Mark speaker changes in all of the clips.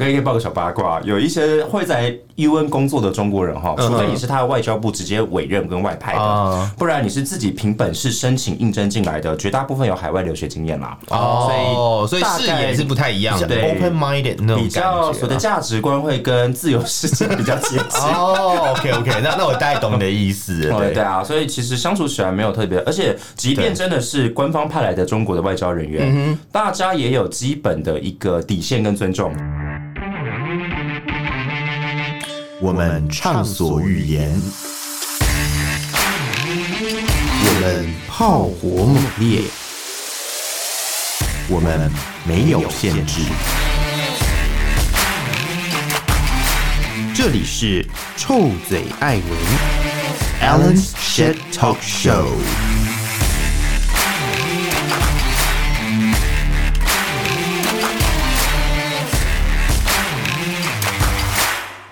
Speaker 1: 那可以报个小八卦，有一些会在 UN 工作的中国人哈，
Speaker 2: 嗯
Speaker 1: 除非你是他的外交部直接委任跟外派的
Speaker 2: 啊，
Speaker 1: 不然你是自己凭本事申请应征进来的，绝大部分有海外留学经验啦。
Speaker 2: 哦，所以
Speaker 1: 大概
Speaker 2: 视野是不太一样的
Speaker 1: 对
Speaker 2: ，open minded 那种
Speaker 1: 比
Speaker 2: 感觉啊
Speaker 1: 较。我的价值观会跟自由世界比较接 近。
Speaker 2: 哦，OK OK，那那我大概懂你的意思了。
Speaker 1: 对
Speaker 2: 对
Speaker 1: 对啊，所以其实相处起来没有特别，而且即便真的是官方派来的中国的外交人
Speaker 2: 嗯
Speaker 1: 员，大家也有基本的一个底线跟尊重。
Speaker 2: 我们畅所欲言，我们炮火猛烈，我们没有限制。这里是臭嘴艾文 Alan's Shit Talk Show。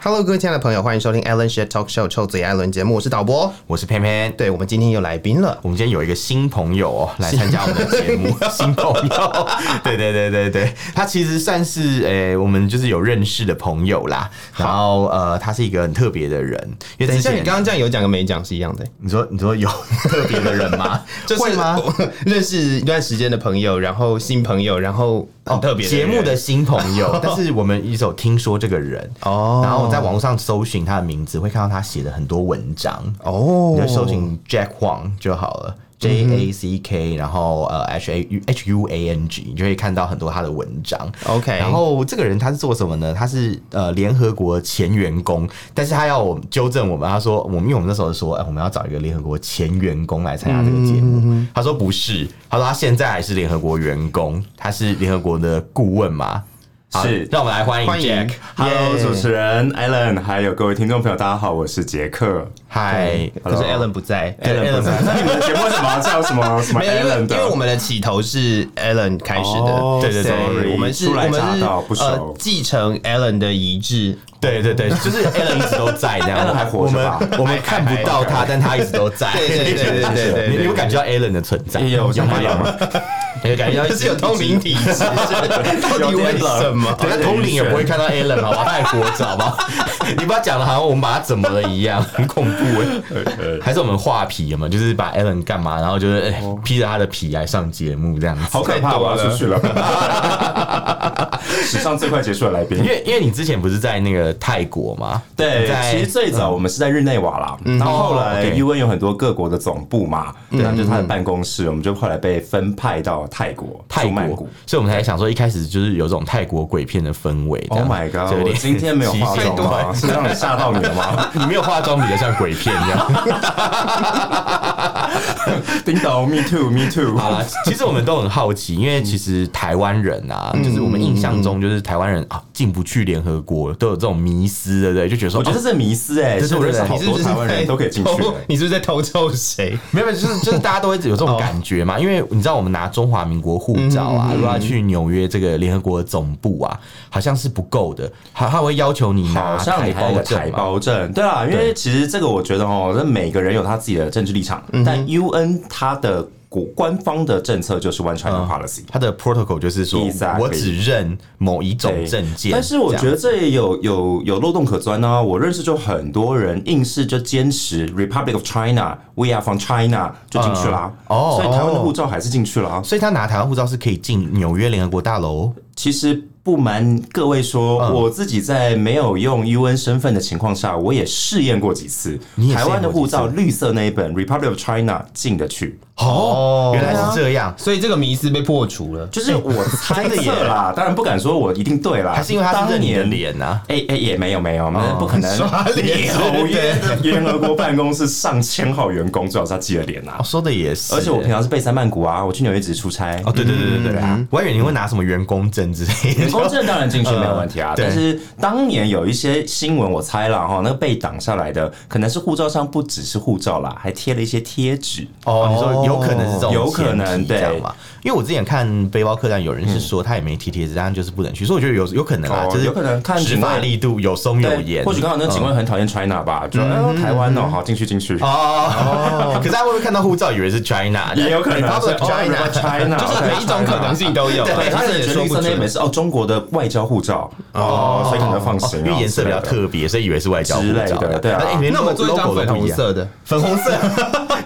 Speaker 2: Hello，各位亲爱的朋友，欢迎收听 Alan Shit Talk Show 臭嘴艾伦节目，我是导播，
Speaker 3: 我是偏偏。
Speaker 2: 对，我们今天有来宾了。
Speaker 3: 我们今天有一个新朋友哦，来参加我们的节目。新朋友，对对对对对，他其实算是诶、我们就是有认识的朋友啦。然后呃，他是一个很特别的人，因为
Speaker 2: 等
Speaker 3: 之
Speaker 2: 一下，
Speaker 3: 前
Speaker 2: 你刚刚这样有讲跟没讲是一样的、
Speaker 3: 你说你说有 特别的人吗？
Speaker 2: 就是
Speaker 3: 会吗？
Speaker 2: 我 认识一段时间的朋友，然后新朋友，然后哦
Speaker 4: 哦
Speaker 2: 很特别
Speaker 3: 哦节目的
Speaker 2: 人
Speaker 3: 新朋友，但是我们一直有听说这个人，
Speaker 2: 哦
Speaker 3: 然后我在网络上搜寻他的名字，会看到他写的很多文章，
Speaker 2: 哦嗯
Speaker 3: 你就搜寻 Jack Huang 就好了。J A C K，、然后呃 H A U H U A N G，你就可以看到很多他的文章。
Speaker 2: OK
Speaker 3: 然后这个人他是做什么呢？他是呃联合国前员工，但是他要我们纠正我们，他说我们因为我们那时候说，哎、我们要找一个联合国前员工来参加这个节
Speaker 2: 嗯
Speaker 3: 目，他说不是，他说他现在还是联合国员工，他是联合国的顾问嘛。好
Speaker 1: 是
Speaker 3: 让我们来欢迎
Speaker 2: 欢迎
Speaker 3: Jack。
Speaker 1: Hello，
Speaker 2: 耶
Speaker 1: 主持人 Alan，还有各位听众朋友，大家好，我是杰克。
Speaker 3: 嗨，
Speaker 2: 可是
Speaker 1: Hello
Speaker 2: Alan 不在
Speaker 1: Alan 不哎在，那你们的节目为什么要叫什么什么
Speaker 2: 没有，因为
Speaker 1: Alan
Speaker 2: 因
Speaker 1: 的？
Speaker 2: 为我们的起头是 Alan 开始
Speaker 1: 哦
Speaker 2: 的，对对对，
Speaker 1: sorry，
Speaker 2: 我们是
Speaker 1: 初
Speaker 2: 我
Speaker 1: 来
Speaker 2: 们
Speaker 1: 乍
Speaker 2: 是
Speaker 1: 到不熟
Speaker 2: 呃继承 Alan 的遗志，
Speaker 3: 对对对，就是 Alan 一直都在这样，
Speaker 1: Alan 还活
Speaker 3: 我
Speaker 1: 着
Speaker 3: 们
Speaker 1: 吧
Speaker 3: 我们看不到他，但他一直都在。
Speaker 2: 对对对对对对对
Speaker 3: 你你有感觉到 Alan 的存在？
Speaker 1: 也哎有啊有吗有吗？
Speaker 3: 有感觉到
Speaker 2: 就是有透明体质，呃 到底为什么？
Speaker 3: 对，他统领也不会看到 Alan 好吧，他还活着好不好？你把他讲的好像我们把他怎么了一样，很恐怖哎。还是我们画皮嘛，就是把 Alan 干嘛，然后就是哎披着他的皮来上节目这样子。
Speaker 1: 好可怕！我要出去了。史上最快结束的来宾
Speaker 3: 因，为因为你之前不是在那个泰国吗？
Speaker 1: 对，
Speaker 3: 在
Speaker 1: 其实最早我们是在日内瓦啦，然后后来
Speaker 3: 哦，OK
Speaker 1: UN 有很多各国的总部嘛，对啊，就是他的办公室，我们就后来被分派到泰国，
Speaker 3: 泰
Speaker 1: 驻曼
Speaker 3: 国
Speaker 1: 谷。，
Speaker 3: 所以我们才想说一开始就是有种泰国鬼片的氛围这
Speaker 1: Oh
Speaker 3: 样。
Speaker 1: my god！
Speaker 3: 就有
Speaker 1: 我
Speaker 3: 点
Speaker 1: 今天没有化
Speaker 3: 歧视
Speaker 1: 妆吗？是让你吓到你了 吗？
Speaker 3: 你没有化妆比较像鬼片一样。
Speaker 1: 叮咚，Me too，Me too。
Speaker 3: 好啦，其实我们都很好奇，因为其实台湾人啊，就是我们印象中就是台湾人啊进不去联合国，都有这种迷思，对不对？就觉得说，
Speaker 1: 我觉得
Speaker 3: 啊
Speaker 1: 这是迷思哎，
Speaker 3: 这是我认识
Speaker 1: 好
Speaker 3: 好
Speaker 1: 多台湾人都可以进去欸
Speaker 2: 偷。你是不是在偷臭谁？
Speaker 3: 没有，没有就是就是大家都会有这种感觉嘛，因为你知道我们拿中华民国护照啊，如果要去纽约这个联合国的总部啊，好像是不够的，他他会要求你拿
Speaker 1: 好像
Speaker 3: 台
Speaker 1: 你还有
Speaker 3: 胞
Speaker 1: 个
Speaker 3: 证
Speaker 1: 台
Speaker 3: 嘛。
Speaker 1: 胞证，对啊，因为其实这个我觉得哦，那每个人有他自己的政治立场，
Speaker 3: 嗯
Speaker 1: 但 UN 它的国官方的政策就是 One China Policy。
Speaker 3: 他的 protocol 就是说
Speaker 1: Exactly
Speaker 3: 我只认某一种
Speaker 1: 对
Speaker 3: 证件，
Speaker 1: 但是我
Speaker 3: 这样
Speaker 1: 觉得这也有有有漏洞可钻啊！我认识就很多人硬是就坚持 Republic of China，We are from China 就进去啦、
Speaker 3: 嗯哦
Speaker 1: 所以台湾的护照还是进去了啊。
Speaker 3: 所以他拿台湾护照是可以进纽约联合国大楼。
Speaker 1: 其实不瞒各位说，
Speaker 3: 嗯
Speaker 1: 我自己在没有用 UN 身份的情况下，我也试验过几次
Speaker 3: 你。也试
Speaker 1: 台
Speaker 3: 验过
Speaker 1: 湾的护照
Speaker 3: 几
Speaker 1: 绿色那一本 Republic of China 进得去，
Speaker 2: 哦
Speaker 3: 原来是这样，
Speaker 2: 所以这个迷思被破除了。
Speaker 1: 就是我猜
Speaker 3: 真的
Speaker 1: 测
Speaker 3: 耶
Speaker 1: 啦，当然不敢说我一定对啦，
Speaker 3: 还是因为他是
Speaker 1: 当
Speaker 3: 认你的
Speaker 1: 年。
Speaker 3: 脸哦啊？
Speaker 1: 哎哎、也没有没有，那不可能。
Speaker 2: 刷脸
Speaker 1: 纽约的联合国办公室上千号员工，最好是他记得脸啊
Speaker 3: 哦，。说的也 是，
Speaker 1: 而且我平常是贝塞曼谷啊，我去纽约只是出差。
Speaker 3: 哦，对对对对对啊，我还以为你会拿什么员工证之类的，
Speaker 1: 员工证当然进去没有问题啊，
Speaker 3: 对
Speaker 1: 但是当年有一些新闻，我猜了哈，那个被挡下来的可能是护照上不只是护照啦，还贴了一些贴纸。
Speaker 3: 哦，你说有可能是这种
Speaker 1: 有可能
Speaker 3: 前提
Speaker 1: 对
Speaker 3: 这样嘛？因为我之前看背包客栈，有人是说他也没提贴纸，但就是不能去，所以我觉得有有可能啊，
Speaker 1: 哦
Speaker 3: 就是
Speaker 1: 有可能看
Speaker 3: 执
Speaker 1: 警卫
Speaker 3: 法力度有松有
Speaker 1: 对，
Speaker 3: 严，
Speaker 1: 或许刚好那个警卫很讨厌 China 吧，就哎台湾哦，好进去进去，
Speaker 3: 哦，可是他会不会看到护照以为是 China 的？
Speaker 1: 也有可能
Speaker 3: 他
Speaker 1: 啊
Speaker 3: 说 China
Speaker 1: China，
Speaker 4: 就是每一种可能性都有，
Speaker 1: 啊对，啊他
Speaker 4: 其实
Speaker 1: 的
Speaker 4: 也
Speaker 1: 决
Speaker 4: 说
Speaker 1: 定
Speaker 4: 不
Speaker 1: 森内美
Speaker 4: 准。
Speaker 1: 是哦中国的外交护照哦，所以可能放
Speaker 3: 哦
Speaker 1: 心，
Speaker 3: 因为颜色比较特别，所以以为是外交护
Speaker 1: 之类
Speaker 3: 照
Speaker 1: 的对啊
Speaker 3: 而且连
Speaker 4: 那我们做一
Speaker 3: logo
Speaker 4: 张
Speaker 3: 都
Speaker 4: 粉
Speaker 3: 不一
Speaker 4: 红
Speaker 3: 样，
Speaker 4: 色的，
Speaker 3: 粉红色，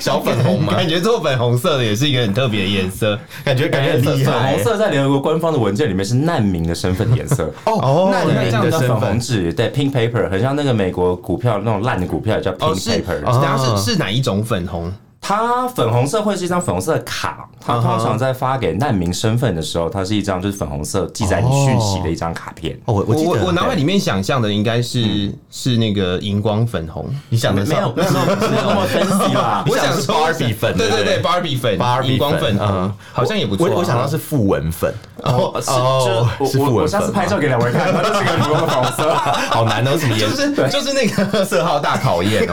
Speaker 3: 小粉红嘛，
Speaker 4: 感觉做粉红色的也是一个很特别的颜色。
Speaker 3: 感觉感觉很厉
Speaker 1: 粉
Speaker 3: 害
Speaker 1: 红。色在联合国官方的文件里面是难民的身份颜色
Speaker 3: 哦
Speaker 1: 难
Speaker 3: 那
Speaker 1: 民
Speaker 3: 你这样
Speaker 1: 的
Speaker 3: 的
Speaker 1: 粉
Speaker 3: 身
Speaker 1: 红
Speaker 3: 份
Speaker 1: 纸，对 pink paper，很像那个美国股票那种烂的股票也叫
Speaker 4: 哦，
Speaker 1: pink
Speaker 4: 是，
Speaker 1: paper。
Speaker 4: 然后
Speaker 3: 哦
Speaker 4: 是是哪一种粉红？
Speaker 1: 它粉红色会是一张粉红色的卡，它
Speaker 3: 嗯
Speaker 1: 通常在发给难民身份的时候，它是一张就是粉红色记载你讯息的一张卡片。
Speaker 3: 哦，我我
Speaker 4: 我
Speaker 3: 记
Speaker 4: 我
Speaker 3: 得
Speaker 4: 我脑海里面想象的应该是是那个荧光粉红，
Speaker 3: 你想的。
Speaker 1: 没有没有没有那么分析啦
Speaker 3: 你
Speaker 4: 我
Speaker 3: 想的
Speaker 4: 想
Speaker 3: 是
Speaker 4: 说
Speaker 3: Barbie 粉
Speaker 4: 对
Speaker 3: 对不
Speaker 4: 对
Speaker 3: 对
Speaker 4: 对，Barbie 粉，
Speaker 3: 芭比
Speaker 4: 荧光粉红
Speaker 3: 嗯，
Speaker 4: 好像也不错啊。
Speaker 3: 我我想到是富文粉，
Speaker 1: 哦，是就我
Speaker 3: 是
Speaker 1: 我
Speaker 3: 富
Speaker 1: 我
Speaker 3: 文
Speaker 1: 下次
Speaker 3: 粉，
Speaker 1: 拍照给两位看，它就是个粉红色。
Speaker 3: 好难哦，什么颜
Speaker 4: 就
Speaker 3: 色？
Speaker 4: 是就是那个色号大考验哦。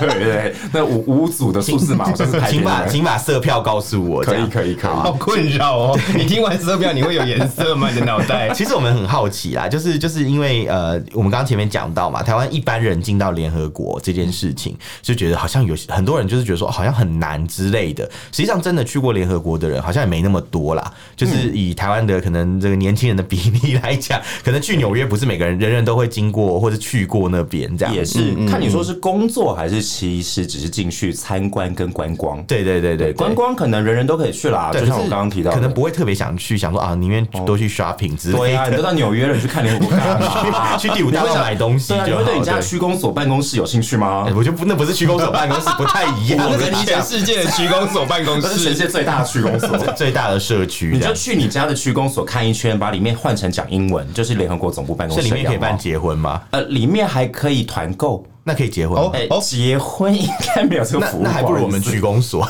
Speaker 1: 对对对，那五五组的数字嘛，好像是排 给
Speaker 3: 请
Speaker 1: 你
Speaker 3: 把
Speaker 1: 们。
Speaker 3: 请把色票告诉我，
Speaker 1: 可
Speaker 3: 这
Speaker 1: 以
Speaker 3: 样
Speaker 1: 可以可以。
Speaker 4: 好困扰哦！ 你听完色票，你会有颜色吗？你的脑 袋？
Speaker 3: 其实我们很好奇啦，就是就是因为呃，我们刚刚前面讲到嘛，台湾一般人进到联合国这件事情，就觉得好像有很多人就是觉得说好像很难之类的。实际上，真的去过联合国的人好像也没那么多啦。就是以台湾的可能这个年轻人的比例来讲，可能去纽约不是每个人人人都会经过或者去过那边这样。
Speaker 1: 也是
Speaker 3: 嗯
Speaker 1: 看你说是工作还是其实只是进去参观跟观光。
Speaker 3: 对对对对，对
Speaker 1: 观。光可能人人都可以去啦，
Speaker 3: 对
Speaker 1: 就像我刚刚提到的，哦
Speaker 3: 可能不会特别想去，想说啊，宁愿多去 shopping 之类
Speaker 1: 对啊，你
Speaker 3: 的，
Speaker 1: 都到纽约了，你去看联合国干嘛？
Speaker 3: 去第五大道买东西
Speaker 1: 对啊，你
Speaker 3: 就
Speaker 1: 会
Speaker 3: 好
Speaker 1: 对你家
Speaker 3: 了。
Speaker 1: 区公所办公室有兴趣吗
Speaker 3: 哎？我就不那不是区公所办公室，不太 一样。
Speaker 4: 那是你全
Speaker 3: 讲
Speaker 4: 世界的区公所办公
Speaker 1: 这是全世
Speaker 4: 室，
Speaker 1: 界最大的区公所。
Speaker 3: 最大的社区
Speaker 1: 你
Speaker 3: 这
Speaker 1: 就
Speaker 3: 样，
Speaker 1: 去你家的区公所看一圈，把里面换成讲英文，就是联合国总部办公
Speaker 3: 这
Speaker 1: 室。
Speaker 3: 里面可以办，结婚吗？
Speaker 1: 呃，里面还可以团购。
Speaker 3: 那可以结婚吗？
Speaker 1: 哎，结婚应该没有这个
Speaker 3: 哦那
Speaker 1: 服务，
Speaker 3: 那还不如我们
Speaker 1: 去。
Speaker 3: 区公所。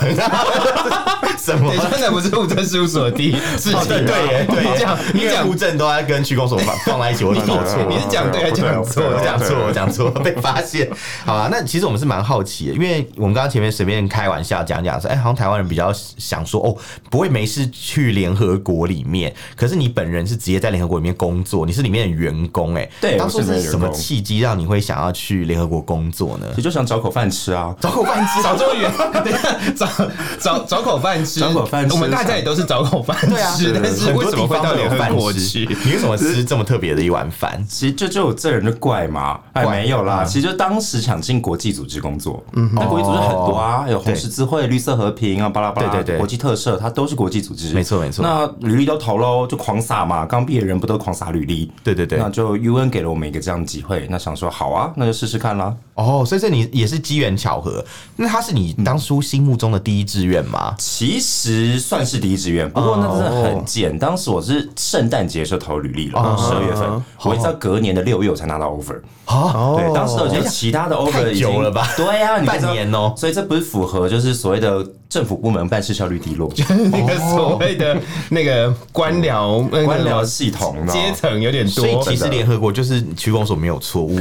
Speaker 3: 什么
Speaker 4: 你？真的不是户政事务所第一事情啊。
Speaker 3: 哦对对耶，对耶，
Speaker 4: 你讲
Speaker 3: 因
Speaker 4: 你
Speaker 3: 为
Speaker 4: 讲
Speaker 3: 户政都在跟区公所放放在一起，我搞错了，
Speaker 4: 你是讲对还是
Speaker 1: 啊
Speaker 4: 讲错
Speaker 3: 我讲 错，我讲 错，被发现。好啊，那其实我们是蛮好奇的，因为我们刚刚前面随便开玩笑讲讲说，哎、好像台湾人比较想说，哦，不会没事去联合国里面，可是你本人是直接在联合国里面工作，你是里面的员工、哎，
Speaker 1: 对
Speaker 3: 当初
Speaker 1: 我是里
Speaker 3: 是
Speaker 1: 面的
Speaker 3: 什么
Speaker 1: 员工
Speaker 3: 契机让你会想要去联合国工作 呢？
Speaker 1: 也就想找口饭吃啊。
Speaker 3: 找口饭吃，
Speaker 4: 找这么远， 等一下找找找口饭吃，
Speaker 1: 找口饭吃
Speaker 4: 我们大家也都是找口饭
Speaker 3: 对啊
Speaker 4: 吃， 但 是
Speaker 3: 很
Speaker 4: 为
Speaker 3: 多
Speaker 4: 什么
Speaker 3: 地
Speaker 4: 会
Speaker 3: 方
Speaker 4: 到
Speaker 3: 都有
Speaker 4: 联
Speaker 3: 饭
Speaker 4: 合国
Speaker 3: 吃，
Speaker 4: 去？
Speaker 3: 你为什么吃这么特别的一碗饭？
Speaker 1: 其实就就我这人就怪嘛，哎
Speaker 3: 怪嗯
Speaker 1: 没有啦，其实就当时想进国际组织工作，嗯，那国际组织很多啊，有红十字会、绿色和平啊，巴拉巴拉，
Speaker 3: 哦对对对
Speaker 1: 国际特赦，它都是国际组织，
Speaker 3: 没错没错
Speaker 1: 那履历都投喽，就狂撒嘛，刚毕业的人不都狂撒履历？
Speaker 3: 对对对
Speaker 1: 那就 UN 给了我们一个这样的机会，那想说好啊，那就试试看啦。
Speaker 3: 哦，所以这你也是机缘巧合。那他是你当初心目中的第一志愿吗？
Speaker 1: 其实算是第一志
Speaker 3: 哦
Speaker 1: 愿，不过那真的很简。当时我是圣诞节的时候投履历了，十二月份，我一直到隔年的六月我才拿到 offer。
Speaker 3: 哦，哎
Speaker 1: 对，当时我觉得其他的 offer
Speaker 3: 太
Speaker 1: 已经
Speaker 3: 久了吧
Speaker 1: 对呀、你
Speaker 3: 半
Speaker 1: 知道
Speaker 3: 年哦
Speaker 1: 所以这不是符合就是所谓的政府部门办事效率低 落，
Speaker 4: 那个所谓的那个哦官僚啊那个
Speaker 1: 官僚系统哦呢？
Speaker 4: 阶层有点多，
Speaker 3: 所以其实联合国就是区公所没有错 误。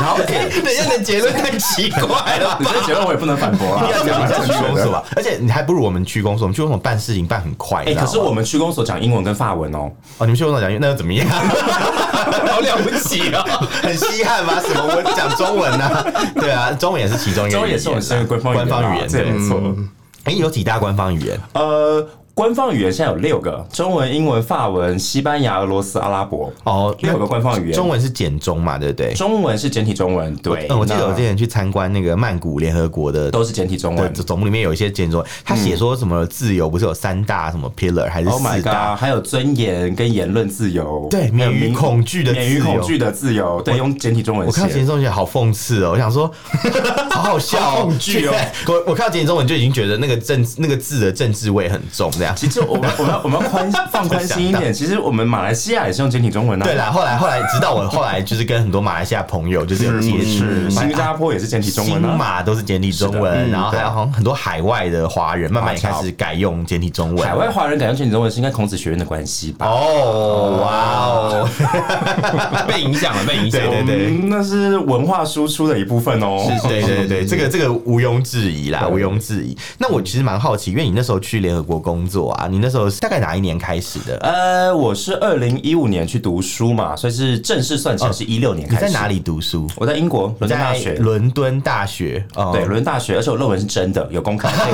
Speaker 3: 然后，而欸且
Speaker 4: 等一下你的结论太奇怪了。
Speaker 1: 你这结论我也不能反驳啊啦，
Speaker 3: 要讲一下区公所 吧，而且你还不如我们区公所，我们区公所办事情办很快。
Speaker 1: 哎、
Speaker 3: 你知
Speaker 1: 可
Speaker 3: 道吗
Speaker 1: 是我们区公所讲英文跟法文哦，
Speaker 3: 哦，你们区公所讲英语那又怎么样？
Speaker 4: 好了不起啊！
Speaker 3: 很稀罕吗？什么我讲中文呢、对啊，中文也是其中一个
Speaker 1: 中文
Speaker 3: 语言啊，
Speaker 1: 也是我们的官方
Speaker 3: 官方
Speaker 1: 语
Speaker 3: 语
Speaker 1: 言啦，
Speaker 3: 言。
Speaker 1: 这也
Speaker 3: 对，
Speaker 1: 没错。
Speaker 3: 哎，有几大官方语言？
Speaker 1: 呃，官方语言现在有六个：中文、英文、法文、西班牙、俄罗斯、阿拉伯。
Speaker 3: 哦，
Speaker 1: 六个官方语言
Speaker 3: 中文是简中嘛，对不对？
Speaker 1: 中文是简体中文，对，
Speaker 3: 嗯，我记得我之
Speaker 1: 那
Speaker 3: 前去参观那个曼谷联合国的
Speaker 1: 都是简体中
Speaker 3: 的
Speaker 1: 文。
Speaker 3: 总部里面有一些建筑，他写说什么自由不是有三大什么 pillar 还是
Speaker 1: Oh my
Speaker 3: 四大
Speaker 1: god！还有尊严跟言论自由，
Speaker 3: 对
Speaker 1: 还有
Speaker 3: 免于恐惧的
Speaker 1: 免于
Speaker 3: 自由
Speaker 1: 恐惧的自由，对，用简体中文
Speaker 3: 我看到
Speaker 1: 写
Speaker 3: 简体中文好讽刺哦，我 想说，好好笑、哦，
Speaker 1: 好恐惧哦
Speaker 3: 对！我我看到简体中文就已经觉得那个政那个字的政治味很重，这样。
Speaker 1: 其实我们我们我们要宽放宽心一点，其实我们马来西亚也是用简体中文啊，
Speaker 3: 对啦，后来后来，直到我后来就是跟很多马来西亚朋友就是有接触，
Speaker 1: 嗯新加坡也是简体中文
Speaker 3: 新
Speaker 1: 啊。
Speaker 3: 马都是简体中
Speaker 1: 是的
Speaker 3: 文，
Speaker 1: 嗯
Speaker 3: 然后还有好像很多海外的华人慢慢也开始改用简体中文。
Speaker 1: 海外华人改用简体中文是应该孔子学院的关系吧？
Speaker 3: 哦，哇哦，
Speaker 4: 被影响了，被影响
Speaker 3: 对
Speaker 4: 了。
Speaker 3: 对对。
Speaker 1: 嗯，那是文化输出的一部分哦。
Speaker 3: 是，对对对，这个这个毋庸置疑啦，
Speaker 1: 对
Speaker 3: 毋庸置疑。那我其实蛮好奇，因为你那时候去联合国工作啊，你那时候是大概哪一年开始的？
Speaker 1: 呃，我是二零一五年去读书嘛，所以是正式算起来是一六年
Speaker 3: 哦你
Speaker 1: 开始。
Speaker 3: 在哪？里读书？
Speaker 1: 我在英国伦敦大
Speaker 3: 在
Speaker 1: 学。
Speaker 3: 伦敦大学。哦
Speaker 1: 对，伦敦大学，而且我论文是真的，有公 开。可以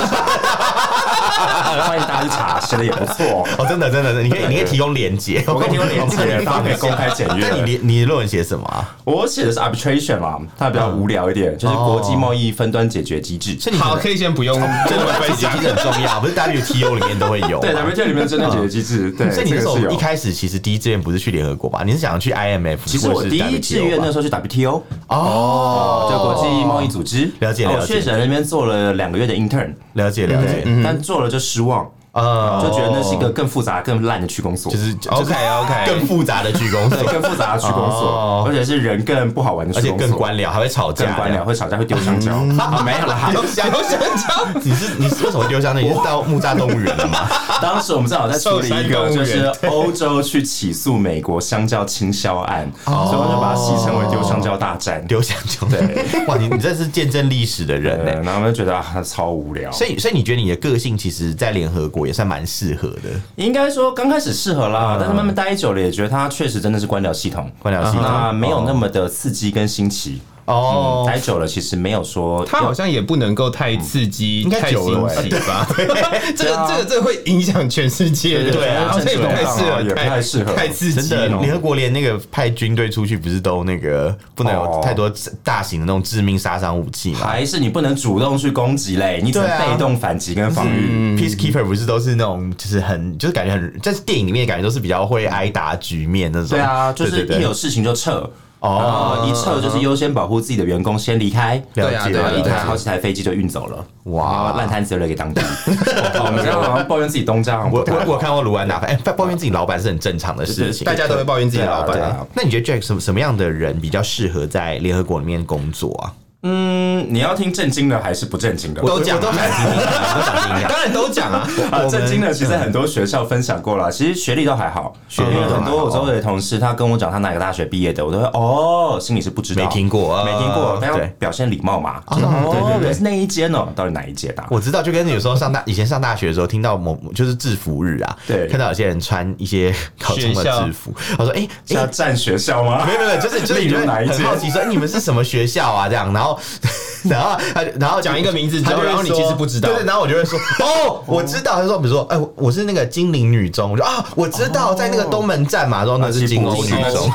Speaker 1: 查欢迎大家去查，写的也不错。
Speaker 3: 哦，真的真的，真的你可以你可以提供连接，
Speaker 1: 我跟你有连接，大家可以公开检
Speaker 3: 那你
Speaker 1: 阅。
Speaker 3: 连你的论文写什么啊？
Speaker 1: 我写的是 arbitration 啦，它比较无聊一点，就是国际贸易分端解决机制。
Speaker 3: 哦所以你
Speaker 4: 好，可以先不用
Speaker 3: 真的分析很重要，不是 WTO 里面都会有。
Speaker 1: 啊对，arbitration 里面的争端解决机制，对，
Speaker 3: 哦所以你那
Speaker 1: 这
Speaker 3: 时
Speaker 1: 个是
Speaker 3: 候
Speaker 1: 有
Speaker 3: 一。开始其实第一志愿不是去联合国吧？你是想要去 IMF？
Speaker 1: 其实我第一志愿那
Speaker 3: 时
Speaker 1: 时候去 WTO，
Speaker 3: 候哦，
Speaker 1: 就国际贸易组织，哦
Speaker 3: 了解了
Speaker 1: 我
Speaker 3: 解
Speaker 1: 确实在那边做了两个月的 intern，
Speaker 3: 了解了解，
Speaker 1: 对，但做了就失望，
Speaker 3: 呃，
Speaker 1: 嗯就觉得那是一个更复杂、更烂的区公所，
Speaker 3: 就是就是
Speaker 4: OK OK，
Speaker 3: 更复杂的去公司
Speaker 1: 对，更复杂的区公
Speaker 3: 哦
Speaker 1: 所，而且是人更不好玩的
Speaker 3: 而
Speaker 1: 区
Speaker 3: 且
Speaker 1: 公所，
Speaker 3: 更官僚，还会吵
Speaker 1: 更
Speaker 3: 架，
Speaker 1: 官僚，会吵架，会丢香蕉啊， 没有啦。
Speaker 3: 丢香蕉，你是你是为什么丢香蕉？你是到木栅动物园了吗？
Speaker 1: 当时我们正好在处理一个，
Speaker 4: 寿山动物
Speaker 1: 就
Speaker 4: 园
Speaker 1: 是欧洲去起诉美国香蕉倾销案，所以我就把它戏称哦为“丢香蕉大战”。
Speaker 3: 丢香蕉，对，哇，你你这是见证历史的人
Speaker 1: 对
Speaker 3: 呢。，
Speaker 1: 然后我就觉得啊，超无聊。
Speaker 3: 所以，所以你觉得你的个性其实，在联合国也算蛮适合的
Speaker 1: 应该说刚开始适合啦，但是慢慢待久了，也觉得它确实真的嗯是官僚系统，嗯
Speaker 3: 官僚系统
Speaker 1: 那啊没有那么的刺激跟新奇。
Speaker 3: 啊哦
Speaker 1: 嗯，待久了其实没有说
Speaker 4: 他好像也不能够太刺激，
Speaker 3: 应该
Speaker 4: 太
Speaker 3: 久了
Speaker 4: 新奇吧？这个这个这个会影响全世界的，
Speaker 1: 啊对啊
Speaker 4: 好像也不太适合，
Speaker 1: 也不太适合
Speaker 4: 太刺
Speaker 3: 真
Speaker 4: 激
Speaker 3: 的，
Speaker 4: 了。
Speaker 3: 联合国连那个派军队出去，不是都那个不能有
Speaker 1: 哦
Speaker 3: 太多大型的那种致命杀伤武器嘛、
Speaker 1: 还是你不能主动去攻击嘞，你只能
Speaker 3: 对啊
Speaker 1: 被动反击跟防御。
Speaker 3: p e a c e k e e p e r 不是都是那种，就是很，就是感觉很，在电影里面感觉都是比较会挨打局面那种。
Speaker 1: 对啊，就是
Speaker 3: 对
Speaker 1: 一有
Speaker 3: 对
Speaker 1: 事情就撤。
Speaker 3: 哦
Speaker 1: 哦，一撤就是优先保护自己的员工先离开，
Speaker 3: 了
Speaker 4: 对啊
Speaker 3: 解
Speaker 4: 对
Speaker 1: 然
Speaker 4: 啊
Speaker 1: 后
Speaker 3: 了
Speaker 1: 一
Speaker 3: 解
Speaker 1: 台好几台飞机就运走了，
Speaker 3: 哇
Speaker 1: 哇，烂摊子就留给 当地。哦我们刚刚好像抱怨自己东啊家，
Speaker 3: 我我我看过卢安达，哎、抱怨自己老板是很正常的事情。
Speaker 4: 大家都会抱怨自己的老
Speaker 1: 对啊对
Speaker 4: 板
Speaker 1: 啊，
Speaker 3: 那你觉得 Jack 什么什么样的人比较适合在联合国里面工作啊？
Speaker 1: 嗯，你要听震惊的还是不震惊的？
Speaker 3: 都讲，我都想听你讲，我都想 听你讲。
Speaker 4: 当然都讲啊，
Speaker 1: 啊，震惊的其实很多学校分享过了，其实学历都还好，学
Speaker 3: 历都还好
Speaker 1: 很多我周围的同事，他跟我讲他哪个大学毕业的，我都会哦，心里是不知道，
Speaker 3: 没听过
Speaker 1: 没听过
Speaker 3: 呃，
Speaker 1: 但要
Speaker 3: 对
Speaker 1: 表现礼貌嘛，就是
Speaker 3: 对对
Speaker 1: 哦，
Speaker 3: 对
Speaker 1: 原来是那一间哦，到底哪一间啊？
Speaker 3: 我知道，就跟有时候上大以前上大学的时候，听到某就是制服日啊，
Speaker 1: 对
Speaker 3: 看到有些人穿一些高中的
Speaker 4: 学校
Speaker 3: 制服，我说哎、诶
Speaker 1: 是要占学校吗
Speaker 3: 没？有没有，就是就是
Speaker 1: 例
Speaker 3: 你
Speaker 1: 如
Speaker 3: 就会
Speaker 1: 哪一
Speaker 3: 很
Speaker 1: 间
Speaker 3: 好奇说诶哎你们是什么学校啊？这样，然后 然后他就然后
Speaker 4: 讲一个名字之
Speaker 3: 他就
Speaker 4: 后，
Speaker 3: 会
Speaker 4: 然后你
Speaker 3: 说
Speaker 4: 其实不知道
Speaker 3: 对，，对然后我就会 说哦，我知道。他就说比如说哎、我我是那个金陵女中，我就啊我知道，在那个东门站嘛，然
Speaker 4: 哦
Speaker 3: 后那是金欧女
Speaker 1: 啊
Speaker 3: 中，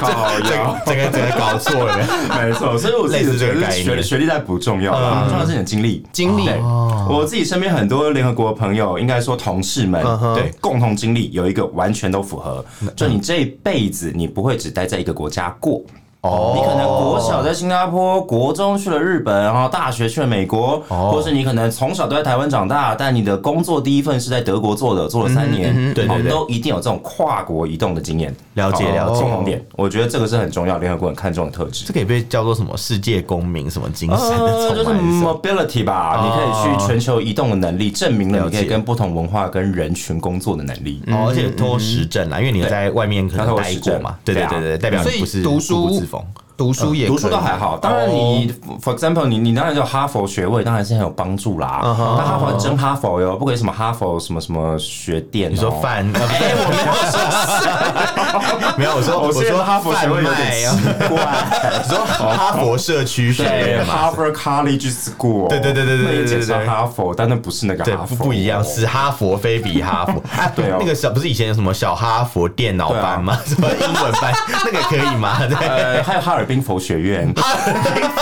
Speaker 1: 靠腰，
Speaker 3: 整个整个搞错了。
Speaker 1: 没错，所以我自己觉得学学历在不重要
Speaker 3: 嗯
Speaker 1: 啦，重要的是你的经历。
Speaker 4: 经历
Speaker 1: 对，
Speaker 3: 哦
Speaker 1: 我自己身边很多联合国的朋友，应该说同事们，
Speaker 3: 嗯
Speaker 1: 对共同经历有一个完全都符合，就你这一辈子你不会只待在一个国家过。
Speaker 3: 哦
Speaker 1: 你可能国小在新加坡，国中去了日本，然后大学去了美国，
Speaker 3: 哦
Speaker 1: 或是你可能从小都在台湾长大，但你的工作第一份是在德国做的，做了三年，
Speaker 3: 嗯对对
Speaker 1: 哦
Speaker 3: 对
Speaker 1: 都一定有这种跨国移动的经验。
Speaker 3: 了解
Speaker 1: 哦
Speaker 3: 了解
Speaker 1: 共同点，我觉得这个是很重要，联合国很看重的特质
Speaker 3: 这。可以被叫做什么世界公民什么精神
Speaker 1: 呃，
Speaker 4: 哦
Speaker 3: 的
Speaker 1: 就是
Speaker 3: 崇拜什么？
Speaker 1: mobility 吧，你可以去全球移动的能力，证明了
Speaker 3: 哦了
Speaker 1: 你
Speaker 3: 解
Speaker 1: 可以跟不同文化跟人群工作的能力。
Speaker 4: 嗯
Speaker 3: 哦，而且拖实证啊啦，因为你有在外面可
Speaker 1: 他
Speaker 3: 能
Speaker 1: 脱
Speaker 3: 待
Speaker 1: 实
Speaker 3: 过
Speaker 1: 证
Speaker 3: 嘛，对对
Speaker 1: 对啊
Speaker 3: 对对，代表
Speaker 4: 所
Speaker 3: 你
Speaker 4: 以
Speaker 3: 不是
Speaker 4: 读
Speaker 3: 固步
Speaker 4: 书
Speaker 3: 自封。
Speaker 4: 读书也
Speaker 1: 读书
Speaker 4: 可以
Speaker 1: 倒还好，当然你、for
Speaker 3: 哦
Speaker 1: example 你你当然有哈佛学位，当然是很有帮助啦。
Speaker 3: 嗯
Speaker 1: 但哈佛还真哈佛哟，不可以什么哈佛什么什么学店、哦
Speaker 3: 你说
Speaker 1: 饭，
Speaker 3: 贩？呃不是 没有，我说
Speaker 1: 哎哦我
Speaker 3: 我
Speaker 1: 是
Speaker 3: 说
Speaker 1: 哈佛学位有
Speaker 3: 贩卖
Speaker 1: 点
Speaker 3: 啊
Speaker 1: 奇 怪。
Speaker 3: 你说哈佛社区学
Speaker 1: 对
Speaker 3: 院嘛？
Speaker 1: ，Harvard College School，
Speaker 3: 对对对对对对
Speaker 1: 那也简
Speaker 3: 对对
Speaker 1: 称
Speaker 3: 对
Speaker 1: 哈佛，但那不是那个
Speaker 3: 对，
Speaker 1: 哈
Speaker 3: 不
Speaker 1: 佛，
Speaker 3: 不一样，是哈佛非比哈佛。啊
Speaker 1: 对哦啊
Speaker 3: 那个小不是以前有什么小哈佛电脑班吗？什么英文班，那个可以吗？对，
Speaker 1: 呃，还有哈尔尔滨佛学院，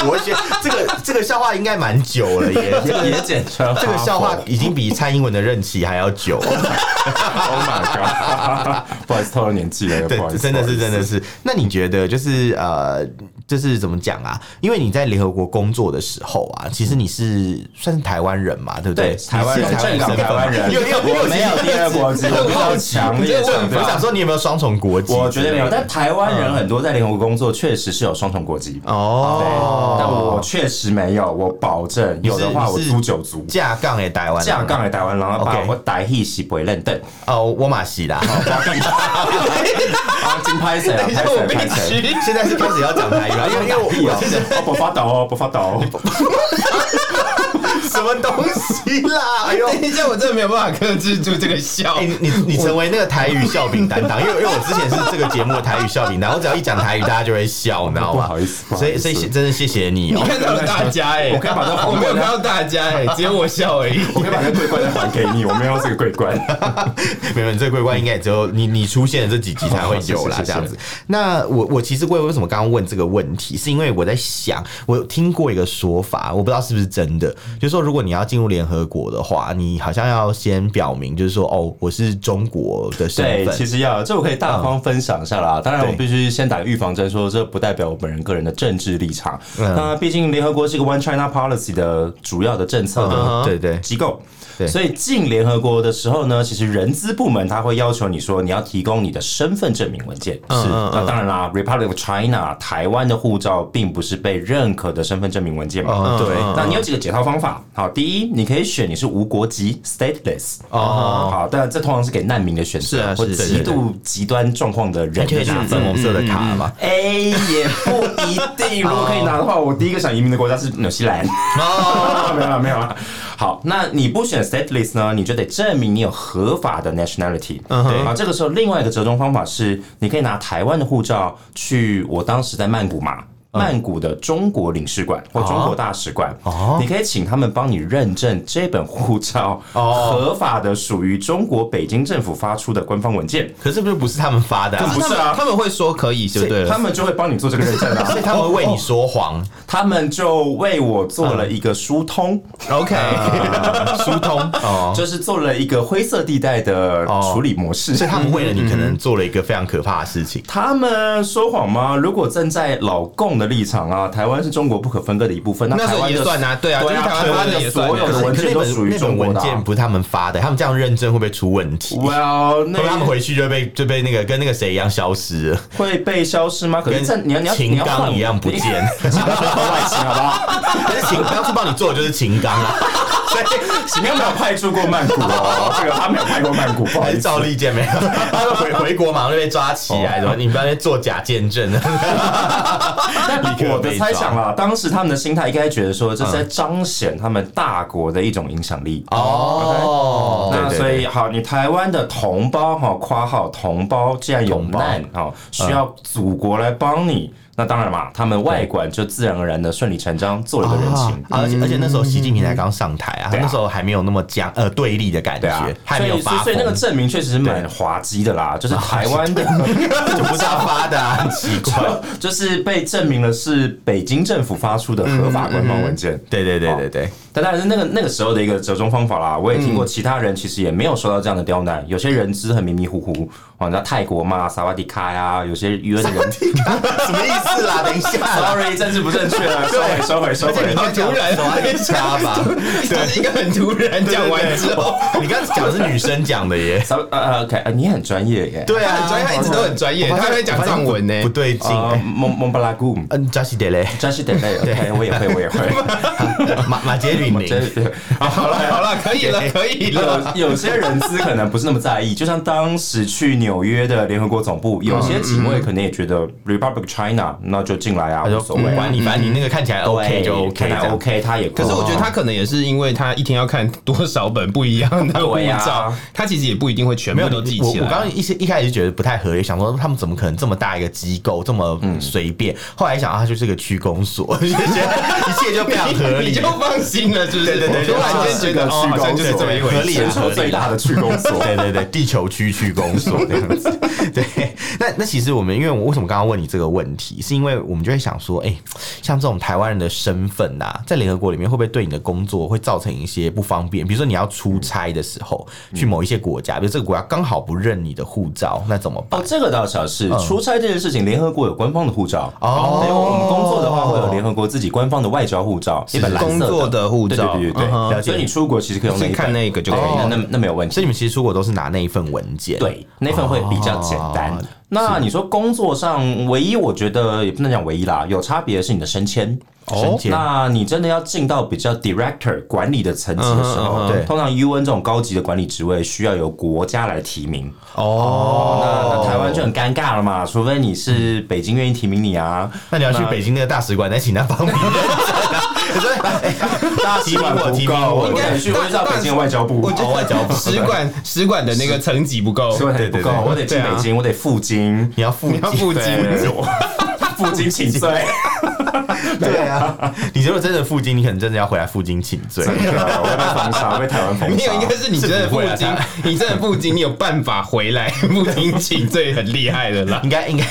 Speaker 3: 我觉得这个这个笑话应该蛮久了耶，这个
Speaker 1: 也简称
Speaker 3: 这个笑话已经比蔡英文的任期还要久。
Speaker 1: ，Oh my god！不好意 思，透露年纪了，不好意思，
Speaker 3: 对，真的是真
Speaker 1: 的。
Speaker 3: 的是。那你觉得就是呃，就是怎么讲啊？因为你在联合国工作的时候啊，其实你是算是台湾人嘛，对不对？
Speaker 1: 对，台湾人，
Speaker 3: 你是
Speaker 1: 正港
Speaker 3: 身份
Speaker 1: 台湾人，
Speaker 3: 有有
Speaker 1: 我没有第二国籍，我比较强烈
Speaker 3: 我
Speaker 1: 强
Speaker 3: 我想
Speaker 1: 调。
Speaker 3: 说，你有没有双重国籍？
Speaker 1: 我觉得没有，但台湾人很多在联合国工作，确实是有双重国籍。对，但
Speaker 3: 哦
Speaker 1: 我，确实没有，我保证有的话我
Speaker 3: 你是
Speaker 1: 租九族，
Speaker 3: 架杠也台湾人
Speaker 1: 架杠来台湾，然后把
Speaker 3: OK
Speaker 1: 我台戏是不会认得。
Speaker 3: 哦，我马西啦。
Speaker 1: 哦啊，金拍 谁啊？拍谁？拍谁？
Speaker 3: 现在是开始要讲台语了，因为因 为我
Speaker 1: 屁哦哦，不发抖哦，不发抖哦。
Speaker 3: 什么东西啦？ 哎呦，
Speaker 4: 等一下，我真的没有办法克制住这个笑
Speaker 3: 哎、。你你你成为那个台语笑柄担当，因为因为我之前是这个节目的台语笑柄担当，我只要一讲台语，大家就会笑，你知道吗？
Speaker 1: 不好意思不好
Speaker 3: 所以
Speaker 1: 意思
Speaker 3: 所以真的谢谢你
Speaker 4: 你
Speaker 3: 哦、
Speaker 4: 看到大家哎，
Speaker 1: 我可以把这
Speaker 4: 我没有看到大家哎，只有我笑而已。
Speaker 1: 我可以把那桂冠再还给你，我没有这个桂冠。
Speaker 3: 没有，你这个桂冠应该也只有你你出现的这几集才会有
Speaker 1: 哦好，
Speaker 3: 啦
Speaker 1: 谢谢
Speaker 3: 这样子。那我我其实为为什么刚刚问这个问题，是因为我在想，我有听过一个说法，我不知道是不是真的，就是说如果你要进入联合国的话，你好像要先表明，就是说哦，我是中国的身
Speaker 1: 对，其
Speaker 3: 份。嗯
Speaker 1: 实要这我可以大方分享一下啦。当然，我必须先打个预防针，说这不代表我本人个人的政治立场。
Speaker 3: 嗯
Speaker 1: 那毕竟联合国是一个 One China Policy 的主要的政策的
Speaker 3: 嗯对对
Speaker 1: 机构
Speaker 3: 对。
Speaker 1: 所以进联合国的时候呢，其实人资部门他会要求你说你要提供你的身份证明文件。是，那当然啦，Republic of China 台湾的护照并不是被认可的身份证明文件嘛
Speaker 3: 哦。对
Speaker 1: 那你有几个解套方法？好，第一，你可以选你是无国籍 （stateless）。
Speaker 3: 哦
Speaker 1: 哦，好，但这通常是给难民的选择，
Speaker 4: 是啊
Speaker 1: 或
Speaker 4: 是
Speaker 1: 极度极端状况的人
Speaker 3: 就
Speaker 1: 的
Speaker 3: 会拿
Speaker 1: 选择
Speaker 3: 粉。红色的卡嘛，哦
Speaker 1: 哎，也不一 定。如果可以拿的话，我第一个想移民的国家是纽西兰。哦， 没有了，没有了。好，那你不选 stateless 呢，你就得证明你有合法的 nationality。对，
Speaker 3: 嗯
Speaker 1: 好，这个时候另外一个折中方法是，你可以拿台湾的护照去我当时在曼谷嘛。
Speaker 3: 嗯
Speaker 1: 曼谷的中国领事馆或
Speaker 3: 哦
Speaker 1: 中国大使馆，你可以请他们帮你认证这本护照
Speaker 3: 哦
Speaker 1: 合法的属于中国北京政府发出的官方文件，
Speaker 3: 可是不是不是他们发的、啊，
Speaker 1: 不是啊
Speaker 4: 他们会说可以，对不对了？
Speaker 1: 他们就会帮你做这个认证啊
Speaker 3: 所。以他们会为你说谎。
Speaker 1: 他们就为我做了一个疏通，
Speaker 3: OK，疏啊通哦。
Speaker 1: 就是做了一个灰色地带的处理模式。
Speaker 3: 所以他们为了你，可能做了一个非常可怕的事情。
Speaker 1: 他们说谎吗？如果站在老共的立场啊，台湾是中国不可分割的一部分，那
Speaker 4: 那时
Speaker 1: 台
Speaker 4: 候
Speaker 1: 湾
Speaker 4: 也
Speaker 1: 就
Speaker 4: 算啊，对啊，就是台湾发
Speaker 1: 台
Speaker 4: 的
Speaker 1: 湾
Speaker 4: 也
Speaker 1: 的
Speaker 4: 算
Speaker 1: 所有
Speaker 4: 啊。
Speaker 1: 的文件都属于
Speaker 3: 那本
Speaker 1: 中国
Speaker 3: 文
Speaker 1: 的啊。
Speaker 3: 件不是他们发的，他们这样认证会不会出问题？会
Speaker 1: Well，
Speaker 3: 不会 他们
Speaker 1: 那
Speaker 3: 回去就被就被那个跟那个谁一样消失了，
Speaker 1: 会被消失吗？可是这
Speaker 3: 跟
Speaker 1: 你要你要
Speaker 3: 秦
Speaker 1: 你要换
Speaker 3: 刚
Speaker 1: 我
Speaker 3: 一样 不
Speaker 1: 你
Speaker 3: 见？
Speaker 1: 请不要说外星好不好？
Speaker 3: 但是秦当初帮你做的就是秦刚啊，所以
Speaker 1: 秦刚没有派驻过曼谷哦，这个他没有派过曼谷，不 好
Speaker 3: 还
Speaker 1: 意
Speaker 3: 是
Speaker 1: 思。
Speaker 3: 赵立坚没有，他们回回国马上就被抓起来，
Speaker 1: 哦
Speaker 3: 什么你不要在做假见证， 立刻
Speaker 1: 我的
Speaker 3: 被
Speaker 1: 猜
Speaker 3: 抓
Speaker 1: 想啦，当时他们的心态应该觉得说，这是
Speaker 3: 嗯
Speaker 1: 在彰显他们大国的一种影响力。
Speaker 3: 哦
Speaker 1: 那
Speaker 3: 对对
Speaker 1: 所
Speaker 3: 对
Speaker 1: 以好，你台湾的同胞哈，括号同胞，既然有
Speaker 3: 同胞
Speaker 1: 难哈，需要祖国来帮你，那当然嘛，
Speaker 3: 嗯
Speaker 1: 他们外管就自然而然的顺理成章做了个人情。
Speaker 3: 啊而且而且那时候习
Speaker 4: 嗯
Speaker 3: 近平才刚上台啊，他
Speaker 1: 对啊
Speaker 3: 那时候还没有那么僵呃对立的感
Speaker 1: 对啊
Speaker 3: 觉，，还
Speaker 1: 所
Speaker 3: 没有
Speaker 1: 以
Speaker 3: 发疯，
Speaker 1: 所以那个证明确实是蛮滑稽的啦，就是台湾 的，
Speaker 3: 就不是他发的 啊，很奇怪。
Speaker 1: 就是被证明了是北京政府发出的合
Speaker 3: 嗯
Speaker 1: 法官方文件。
Speaker 3: 对对对对 对，
Speaker 1: 但当然是那个那个时候的一个折中方法啦。我也听过其他人其实也没有受到这样的刁难，有些人只是很迷迷糊糊，哦，你知道泰国嘛，萨瓦迪卡呀，有些舆论的人。
Speaker 3: 什么意思
Speaker 4: 啊
Speaker 3: 啦？ 等一下 啦，
Speaker 1: Sorry，政治不正确了，收回收回收回。
Speaker 3: 好突然，一插吧。
Speaker 4: 这是一个很突然 讲完之后，
Speaker 3: 你刚刚讲的是女生讲的耶，
Speaker 1: 稍呃呃，OK，呃你很专业耶。
Speaker 3: 对啊，
Speaker 4: 很专业，他一直都很专业，他会讲藏文呢
Speaker 3: 不。对劲。哎
Speaker 1: 啊，蒙蒙巴拉古姆，
Speaker 3: 嗯，扎西德嘞，
Speaker 1: 真是得嘞。OK，我也会，我也会。
Speaker 3: 马马杰吕
Speaker 1: 真
Speaker 3: 宁，
Speaker 1: 是啊好了，
Speaker 4: 好了，可以了，可以了。
Speaker 1: 有有些人资可能不是那么在意，就像当时去纽约的联合国总部，有些警卫可能也觉得 Republic China 那就进来啊，无所谓啊
Speaker 3: 嗯管。你，反正你那个看起来 OK 就 OK，
Speaker 1: 看来 OK，他也
Speaker 4: 可是我觉得他可能也是因为他一天要看多少本不一样的护
Speaker 1: 对啊
Speaker 4: 照，他其实也不一定会全
Speaker 3: 没
Speaker 4: 部
Speaker 3: 有
Speaker 4: 都记
Speaker 3: 我
Speaker 4: 起
Speaker 3: 我刚
Speaker 4: 来。
Speaker 3: 刚一些一开始就觉得不太合理，想说他们怎么可能这么大一个机构这么嗯 随便？后来想啊，它就是个区公所，就觉得一切就非常合
Speaker 4: 你
Speaker 3: 理
Speaker 4: 就。放心新的，就是
Speaker 3: 对对对
Speaker 4: 突然间觉得哦，好像就是这么一回
Speaker 3: 合理
Speaker 4: 事。
Speaker 3: 啊
Speaker 1: 全球最大的去公所，
Speaker 3: 对对对，地球区去公所这 样子。对，那那其实我们，因为我为什么刚刚问你这个问题，是因为我们就会想说，哎、像这种台湾人的身份呐、在联合国里面会不会对你的工作会造成一些不方便？比如说你要出差的时候去某一些国家，比如这个国家刚好不认你的护照，那怎么办
Speaker 1: 哦，？这个倒是是出差这件事情，联合国有官方的护照
Speaker 3: 哦
Speaker 1: 对我们工作的话会有联合国自己官方的外交护照，一本蓝
Speaker 4: 工
Speaker 1: 色
Speaker 4: 作的护
Speaker 1: 对
Speaker 4: 照，
Speaker 1: 对对对
Speaker 4: 嗯哼
Speaker 1: 对，所以你出国其实可以用那一
Speaker 4: 是
Speaker 1: 本
Speaker 4: 看那个就可以
Speaker 1: 对
Speaker 4: 了。
Speaker 1: 那那那没有问题
Speaker 3: 所以。你们其实出国都是拿那一份文件，，
Speaker 1: 对，那份会比较简单。
Speaker 3: 哦
Speaker 1: 那你说工作上唯一，我觉得也不能讲唯一啦，有差别的是你的升迁。
Speaker 3: 升迁
Speaker 1: 那你真的要进到比较 director 管理的层级的时
Speaker 4: 嗯哼嗯
Speaker 1: 候，
Speaker 3: 哼对
Speaker 1: 通常 UN 这种高级的管理职位需要由国家来提名。
Speaker 4: 哦，
Speaker 1: 那那台湾就很尴尬了嘛，除非你是北京愿意提名你啊，
Speaker 3: 那你要去北京那个大使馆，再请他帮你认证啊。你说哎大 使馆我提名我，
Speaker 1: 应该去会到北京的外交部。
Speaker 4: 我觉
Speaker 3: 哦外交部
Speaker 4: 得使馆使馆的那个层级不够，
Speaker 1: 所以不
Speaker 3: 对对
Speaker 1: 够
Speaker 3: 对，
Speaker 1: 我得进北京，我得赴京，
Speaker 3: 你要付
Speaker 4: 啊你要付金，
Speaker 1: 赴京请罪。
Speaker 3: 对啊，你如果真的赴京，你可能真的要回来赴京请 罪。
Speaker 1: 真的我会被封杀，我被台湾封
Speaker 4: 没
Speaker 1: 杀
Speaker 4: 有，。应该是你真的
Speaker 3: 是不
Speaker 4: 不
Speaker 3: 会啊
Speaker 4: 金，你真的不金，你有办法回来 不金请，这很厉害的 啦。
Speaker 3: 应该应该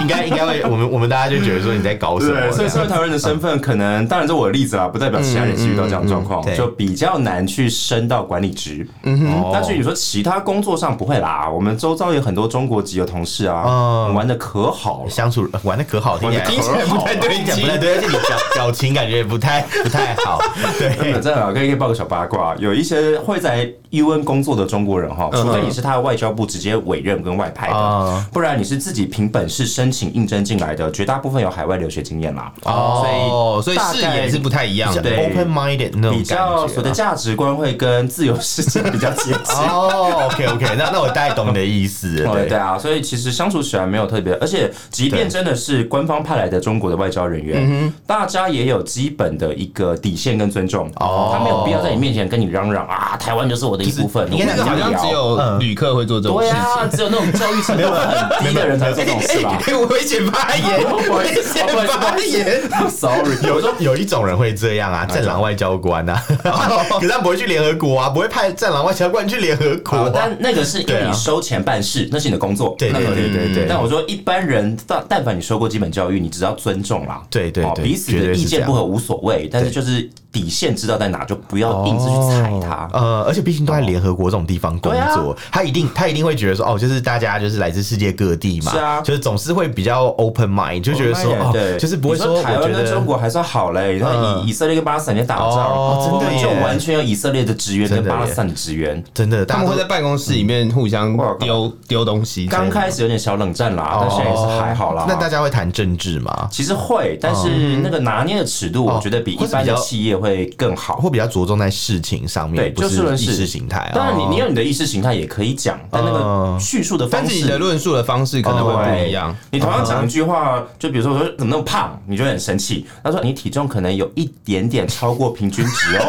Speaker 3: 应该应该会，我们我们大家就觉得说你在搞什么这
Speaker 1: 对，
Speaker 3: 样？
Speaker 1: 所以身为台湾人的身份，可能当然这我的例子啦，啊不代表其他人是遇到这样的状况
Speaker 3: 嗯嗯嗯对，
Speaker 1: 就比较难去升到管理职。
Speaker 3: 哦
Speaker 1: 嗯，但是你说其他工作上不会啦，我们周遭有很多中国籍的同事啊，
Speaker 3: 嗯
Speaker 4: 哦
Speaker 1: 我们玩的可好了。
Speaker 3: 相处呃玩的可好，听起来
Speaker 4: 听起来不太 对
Speaker 3: 听 起来不太
Speaker 4: 劲，
Speaker 3: 对，而且你表表情感觉也不太不太好。
Speaker 1: 真
Speaker 4: 哎
Speaker 3: 对，
Speaker 1: 的真的，可以可以报个小八卦，有一些会在 UN 工作的中国人哈，
Speaker 4: 嗯
Speaker 1: 除非你是他的外交部直接委任跟外派
Speaker 3: 哦
Speaker 1: 的，不然你是自己凭本事申请应征进来的，绝大部分有海外留学经验啦。
Speaker 4: 哦，所以
Speaker 1: 大概
Speaker 4: 视野是不太一样的。
Speaker 1: 对
Speaker 3: open minded 那种
Speaker 1: 比较
Speaker 3: 感
Speaker 1: 所的
Speaker 3: 觉。
Speaker 1: 价值观会跟自由世界比较接 近。
Speaker 3: 哦，OK OK，那那我大概懂你的意思了。
Speaker 1: 对
Speaker 3: 对
Speaker 1: 对啊，所以其实相处起来没有特别，而且即便真的是官方派来的中国的外交人
Speaker 3: 嗯
Speaker 1: 员，大家也有基本的一个底线跟尊重，
Speaker 3: 哦
Speaker 1: 他没有必要在你面前跟你嚷嚷啊，台湾就是我的一部分，
Speaker 3: 你看
Speaker 1: 我们
Speaker 4: 那个好
Speaker 1: 这样
Speaker 4: 像只
Speaker 1: 聊
Speaker 4: 有旅客会做这种
Speaker 1: 对
Speaker 4: 事情。
Speaker 1: 啊，只有那种教育程度很低的人才会做这种事 吧。
Speaker 4: 哎，危险发言，危 险发言。
Speaker 1: Sorry，
Speaker 3: 有有一种人会这样啊，战狼外交官啊，
Speaker 1: 哦
Speaker 3: 可是他不会去联合国啊，不会派战狼外交官去联合国啊。
Speaker 1: 但那个是因为你收钱办事，那是你的工作，
Speaker 3: 对对对对对对
Speaker 1: 但我说一般人，但但凡你受过基本教育，你只要尊重啦，
Speaker 3: 对对
Speaker 1: 哦
Speaker 3: 对
Speaker 1: 彼此
Speaker 3: 绝对
Speaker 1: 的
Speaker 3: 是
Speaker 1: 意
Speaker 3: 这
Speaker 1: 见
Speaker 3: 样
Speaker 1: 不合无所谓，但是就是底线知道在哪，就不要硬是去踩它。
Speaker 3: 呃，而且毕竟都在联合国这种地方工
Speaker 1: 对啊
Speaker 3: 作，他一定他一定会觉得说，哦，就是大家就是来自世界各地嘛，
Speaker 1: 是啊
Speaker 3: 就是总是会比较 open mind，就觉得说，哦，
Speaker 1: 对，
Speaker 3: 就是不会
Speaker 1: 你说
Speaker 3: 我
Speaker 1: 台湾
Speaker 3: 觉
Speaker 1: 跟
Speaker 3: 得
Speaker 1: 中国还算好嘞，然后
Speaker 3: 嗯
Speaker 1: 以以色列跟巴勒斯坦在打仗，
Speaker 3: 哦真的耶
Speaker 1: 就完全有以色列的职员跟
Speaker 3: 真的耶
Speaker 1: 巴勒斯坦的职员，
Speaker 3: 真的，
Speaker 4: 他
Speaker 3: 大
Speaker 4: 们
Speaker 3: 家
Speaker 4: 会
Speaker 3: 都
Speaker 4: 在办公室里面互相
Speaker 1: 哇
Speaker 4: 丢丢东西。
Speaker 1: 刚开始有点小冷战啦，但现在也是还好啦。
Speaker 3: 哦那哦大家会谈政治吗？
Speaker 1: 其实会，但是那个拿捏的尺度，
Speaker 3: 哦
Speaker 1: 我觉得比一般的企业会更好。
Speaker 3: 会比较着重在事情上面，
Speaker 1: 对
Speaker 3: 不
Speaker 1: 就事
Speaker 3: 是
Speaker 1: 论
Speaker 3: 意
Speaker 1: 事
Speaker 3: 识形态
Speaker 4: 哦
Speaker 3: 啊。
Speaker 1: 当然你，你有你的意识形态也可以讲，但那个叙述的方
Speaker 4: 但是你的
Speaker 1: 式。哦
Speaker 4: 论述的方式可能会不一样。
Speaker 1: 你同样讲一句话，就比如说我说怎么那么胖，你就会很生气。他说你体重可能有一点点超过平均值哦，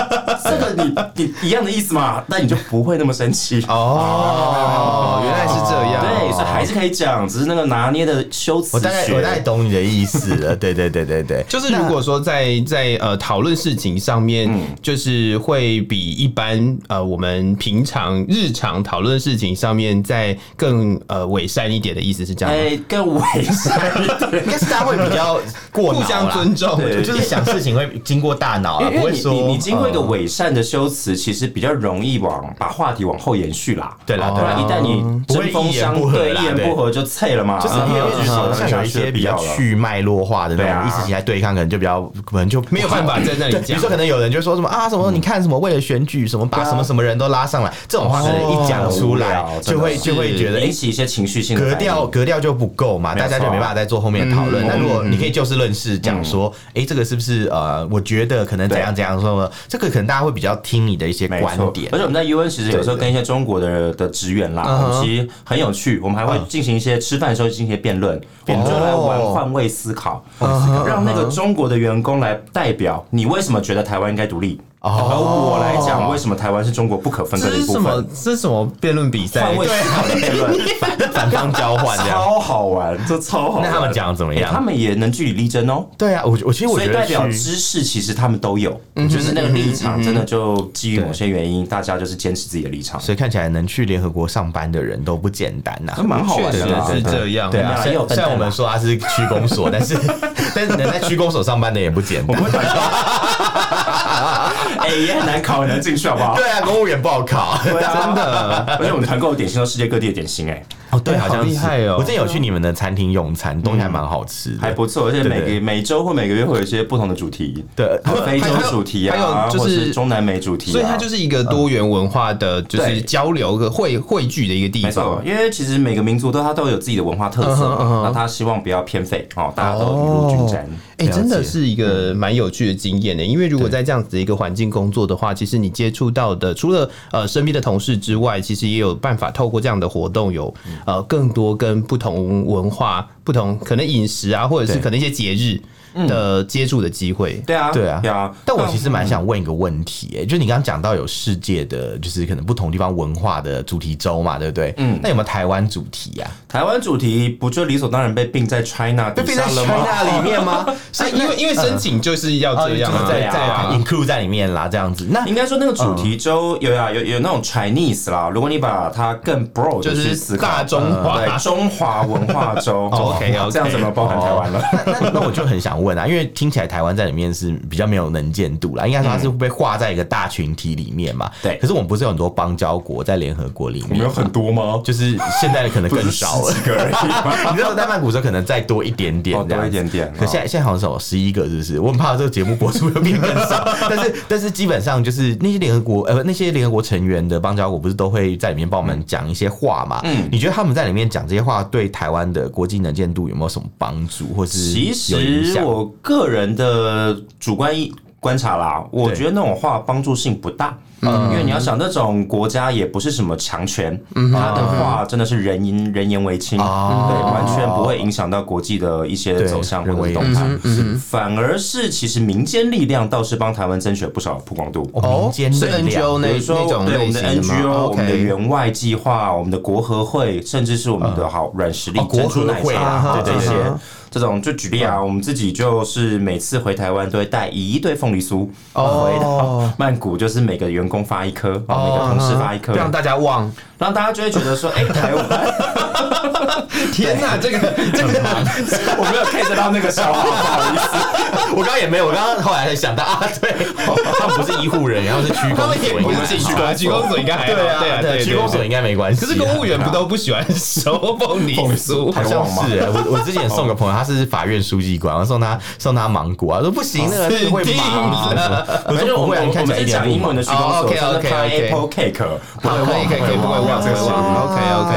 Speaker 1: 这个你你一样的意思嘛，那你就不会那么生气。
Speaker 4: 哦，原来是这样。
Speaker 1: 对，所以还是可以讲，只是那个拿捏的修辞
Speaker 3: 我大概我大概
Speaker 1: 学。
Speaker 3: 懂你的意思 了，对对对对对，
Speaker 4: 就是如果说在在呃讨论事情上面，就是会比一般呃我们平常日常讨论事情上面再更呃伪善一点的意思是这样吗？
Speaker 1: 哎，更伪善一点，
Speaker 3: 应该是大家会比 较过脑
Speaker 4: 互
Speaker 3: 啦
Speaker 4: 相尊重
Speaker 1: 对
Speaker 3: 就是想事情会经过大脑啊，
Speaker 1: 因
Speaker 3: 不
Speaker 1: 为
Speaker 3: 会
Speaker 1: 你
Speaker 3: 说
Speaker 1: 你你经过一个
Speaker 3: 嗯
Speaker 1: 伪善的修辞，其实比较容易往把话题往后延续啦。啊
Speaker 3: 对啦
Speaker 1: 啦，
Speaker 3: 对啦
Speaker 1: 一旦你
Speaker 3: 不会
Speaker 1: 针锋
Speaker 3: 一言
Speaker 1: 相
Speaker 3: 不合
Speaker 1: 对，
Speaker 3: 啦
Speaker 1: 一言
Speaker 3: 对
Speaker 1: 不合就脆了嘛，啊
Speaker 3: 就是
Speaker 1: 没有
Speaker 3: 有
Speaker 1: 去
Speaker 3: 嗯好
Speaker 1: 讨
Speaker 3: 像
Speaker 1: 论
Speaker 3: 有
Speaker 1: 下
Speaker 3: 一
Speaker 1: 去
Speaker 3: 些
Speaker 1: 的
Speaker 3: 比
Speaker 1: 必
Speaker 3: 较
Speaker 1: 要了。
Speaker 3: 去脉络化的那
Speaker 1: 对啊
Speaker 3: 种意识形态对抗，可能就比较可 能就
Speaker 4: 没有办法在那里
Speaker 3: 对
Speaker 4: 讲
Speaker 3: 比如说可能有人就说什么啊什么，你看什么为了选举什么
Speaker 1: 嗯
Speaker 3: 把
Speaker 1: 对啊
Speaker 3: 什么什么人都拉上来，这种话可能一讲出来
Speaker 1: 哦无聊
Speaker 3: 就会
Speaker 1: 真的
Speaker 3: 就会觉得
Speaker 1: 引
Speaker 3: 诶
Speaker 1: 起一些情绪性的
Speaker 3: 格
Speaker 1: 反应
Speaker 3: 调格调就不够嘛，
Speaker 1: 没
Speaker 3: 大
Speaker 1: 有啊
Speaker 3: 家就没办法再做后面的讨论。
Speaker 1: 嗯
Speaker 3: 那如果你可以就事论事讲说，诶，这个是不是呃，我觉得可能怎样怎样说呢，这个可能大家会比较听你的一些
Speaker 1: 没
Speaker 3: 观
Speaker 1: 错
Speaker 3: 点
Speaker 1: 而。且我们在 UN 其实有时候
Speaker 3: 对对嗯
Speaker 1: 跟一些中国的的职员啦，我们其实很有趣，我们还会进行一些吃饭的时候进行一些辩
Speaker 3: 哦
Speaker 1: 论，我们就来玩换
Speaker 3: 嗯
Speaker 1: 位思考，让那个中国的员工来代表你为什么觉得台湾应该独立。
Speaker 3: 哦
Speaker 1: 而我来讲，为什么台湾是中国不可分割
Speaker 4: 这
Speaker 1: 的一
Speaker 4: 是
Speaker 1: 部
Speaker 4: 什么
Speaker 1: 分？？
Speaker 4: 这是什么辩论比赛
Speaker 1: 换？位思考的辩
Speaker 3: 啊
Speaker 1: 论，
Speaker 3: 反 方交换这样。
Speaker 1: 超好玩，这超好玩。
Speaker 3: 那他们讲得怎么
Speaker 1: 欸
Speaker 3: 样？
Speaker 1: 他们也能据理力争哦。
Speaker 3: 对啊，我我其实
Speaker 1: 所
Speaker 3: 我觉
Speaker 1: 以
Speaker 3: 得嗯
Speaker 1: 代表
Speaker 3: 去
Speaker 1: 知识其实他们都有，就是那个立场真的就基于某些原因，大家就是坚持自己的立场。
Speaker 3: 所以看起来能去联合国上班的人都不简单呐、
Speaker 1: 这蛮好玩啊
Speaker 4: 确
Speaker 1: 的啦，
Speaker 4: 实是这样。
Speaker 3: 对啊，
Speaker 1: 那
Speaker 3: 虽
Speaker 1: 也嗯有笨
Speaker 3: 虽
Speaker 1: 蛋
Speaker 3: 然我们
Speaker 1: 啦
Speaker 3: 说他是区公 所，但是但是能在区公所上班的也不简单。
Speaker 1: 哎、也很难考，很难进去，好不好？
Speaker 3: 对啊，公务员不好考。
Speaker 1: 对啊，真的。而且我们团购的点心都是世界各地的点心、哎，
Speaker 3: 哦， 对，
Speaker 4: 哎
Speaker 3: 好像
Speaker 4: 好厉
Speaker 3: 是
Speaker 4: 害哦
Speaker 3: 我之前有去你们的餐厅用餐，东西还蛮好吃的，
Speaker 1: 还不错。而且每
Speaker 3: 对
Speaker 1: 个每周或每个月会有一些不同的主题，
Speaker 3: 对。
Speaker 1: 有非洲主题
Speaker 4: 还有
Speaker 1: 啊，
Speaker 4: 就是
Speaker 1: 或是中南美主题、啊，
Speaker 4: 所以它就是一个多元文化的，就是
Speaker 1: 对
Speaker 4: 交流和汇汇聚的一个地
Speaker 1: 没错
Speaker 4: 方，。
Speaker 1: 因为其实每个民族都它都有自己的文化特色嘛，
Speaker 4: 嗯哼嗯哼
Speaker 1: 那他希望不要偏废哦，大家都雨露均沾。
Speaker 4: 哎、
Speaker 3: 了解
Speaker 4: 真的是一个蛮有趣的经验的、因为如果在这样子的一个环境工作的话，其实你接触到的除了呃身边的同事之外，其实也有办法透过这样的活动有呃更多跟不同文化、不同可能饮食啊，或者是
Speaker 3: 对
Speaker 4: 可能一些节日的接触的机会。
Speaker 1: 对啊，
Speaker 3: 对啊，
Speaker 1: 对啊。
Speaker 3: 但我其实蛮想问一个问题、欸，就你刚刚讲到有世界的，就是可能不同地方文化的主题周嘛，对不对？嗯，那有没有台湾主题啊呀、
Speaker 1: 台湾主题不就理所当然被并在 China 底下了吗？
Speaker 3: China 啊里 面吗？
Speaker 4: 所以因为因为申请就是要
Speaker 3: 哦，
Speaker 4: 这
Speaker 3: 就
Speaker 4: 样
Speaker 3: 是
Speaker 4: 啊，
Speaker 3: 在
Speaker 1: 啊
Speaker 3: 在
Speaker 1: 对啊
Speaker 3: include 在里面啦，这样子。那
Speaker 1: 应该说那个主题周有啊有有那种 Chinese 啦，如果你把它更 broad
Speaker 4: 就
Speaker 1: 地去
Speaker 4: 是嗯
Speaker 1: 思考，
Speaker 4: 大中华。
Speaker 1: 对中华文化周
Speaker 4: OK，OK
Speaker 1: 这样怎么包含台湾 了？
Speaker 3: 那那那我就很想问啊，因为听起来台湾在里面是比较没有能见度啦，应该说它是被划在一个大群体里面嘛。
Speaker 1: 嗯对
Speaker 3: 可是我们不是有很多邦交国在联合国里面，
Speaker 1: 多吗？
Speaker 3: 就是现在的可能更 少了。
Speaker 1: 个而已。
Speaker 3: 你那时候在曼谷的时候可能再多一点点
Speaker 1: 哦，
Speaker 3: 这样
Speaker 1: 多
Speaker 3: 子
Speaker 1: 一点点。
Speaker 3: 可现在现在好像是有哦十一个，是不是？我很怕这个节目播出会变更 少。但是但是基本上就是那些联合国呃不那些联合国成员的邦交国不是都会在里面帮我们讲一些话嘛？嗯，你觉得他们在里面讲这些话对台湾的国际能见度有没有什么帮助，或是
Speaker 1: 其
Speaker 3: 有影
Speaker 1: 实
Speaker 3: 响？
Speaker 1: 我个人的主观意观察啦，我
Speaker 3: 对
Speaker 1: 觉得那种话帮助性不大。嗯，因为你要想，那种国家也不是什么强权，
Speaker 3: 嗯
Speaker 1: 他的话真的是人言人言为轻，对，
Speaker 3: 哦
Speaker 1: 完全不会影响到国际的一些
Speaker 3: 对
Speaker 1: 走向
Speaker 3: 人
Speaker 1: 或者
Speaker 3: 为
Speaker 1: 是动态。
Speaker 3: 嗯
Speaker 1: 反而是其实民间力量倒是帮台湾争取了不少曝光度。
Speaker 3: 哦民间
Speaker 4: 是
Speaker 3: 力量
Speaker 4: NGO 那
Speaker 1: 比如说
Speaker 4: 那种
Speaker 1: 对我
Speaker 4: 类
Speaker 1: 们的
Speaker 4: 型的吗
Speaker 1: NGO、我们的
Speaker 4: OK
Speaker 1: 援外计划、我们的国合会，甚至是我们的
Speaker 4: 嗯
Speaker 1: 好软实力
Speaker 3: 哦
Speaker 1: 珍珠
Speaker 3: 国合
Speaker 1: 奶
Speaker 3: 会啊
Speaker 1: 茶
Speaker 3: 对
Speaker 1: 这些
Speaker 3: 对
Speaker 4: 对，
Speaker 1: 这种就举例啊，我们自己就是每次回台湾都会带一对凤梨酥
Speaker 4: 哦
Speaker 1: 回到曼谷，就是每个员工发一颗，啊，每个同事发一颗，
Speaker 4: 让大家忘。
Speaker 1: 让大家就会觉得 说，哎，台湾，
Speaker 4: 天哪，这个这个
Speaker 1: 我没有 get 到那个笑话，不好意思。
Speaker 3: 我刚刚也没有，我刚刚后来才想到 啊，对，他们不是医护人员，他们是区
Speaker 4: 他
Speaker 3: 公
Speaker 4: 们也
Speaker 3: 所，
Speaker 4: 不是
Speaker 3: 应
Speaker 4: 去公，去公所应该还好。
Speaker 3: 该对
Speaker 4: 对
Speaker 3: 啊，
Speaker 4: 啊，对
Speaker 3: 对，区公所应该没关系啊。
Speaker 4: 可是公务员不都不喜欢收凤梨酥？
Speaker 3: 好像是、欸，
Speaker 4: 哦
Speaker 3: 我我之前送个朋友，他是法院书记官，我送他送他芒果啊，我说不行，那
Speaker 4: 哦
Speaker 3: 个那个会麻、啊，我
Speaker 1: 反
Speaker 3: 说
Speaker 1: 正
Speaker 3: 不
Speaker 1: 我
Speaker 3: 会啊，
Speaker 1: 们
Speaker 3: 你
Speaker 1: 我
Speaker 3: 看起来一
Speaker 1: 们
Speaker 3: 点
Speaker 1: 讲
Speaker 3: 不
Speaker 1: 英文
Speaker 3: 麻
Speaker 1: 的虚空
Speaker 4: 哦
Speaker 1: 手
Speaker 4: ，OK，
Speaker 1: 就是
Speaker 4: OK，OK
Speaker 1: pineapple cake，不
Speaker 4: 好，
Speaker 1: 会忘，
Speaker 4: 可以可以可以，不会忘这个
Speaker 1: 忘
Speaker 4: 忘。OK OK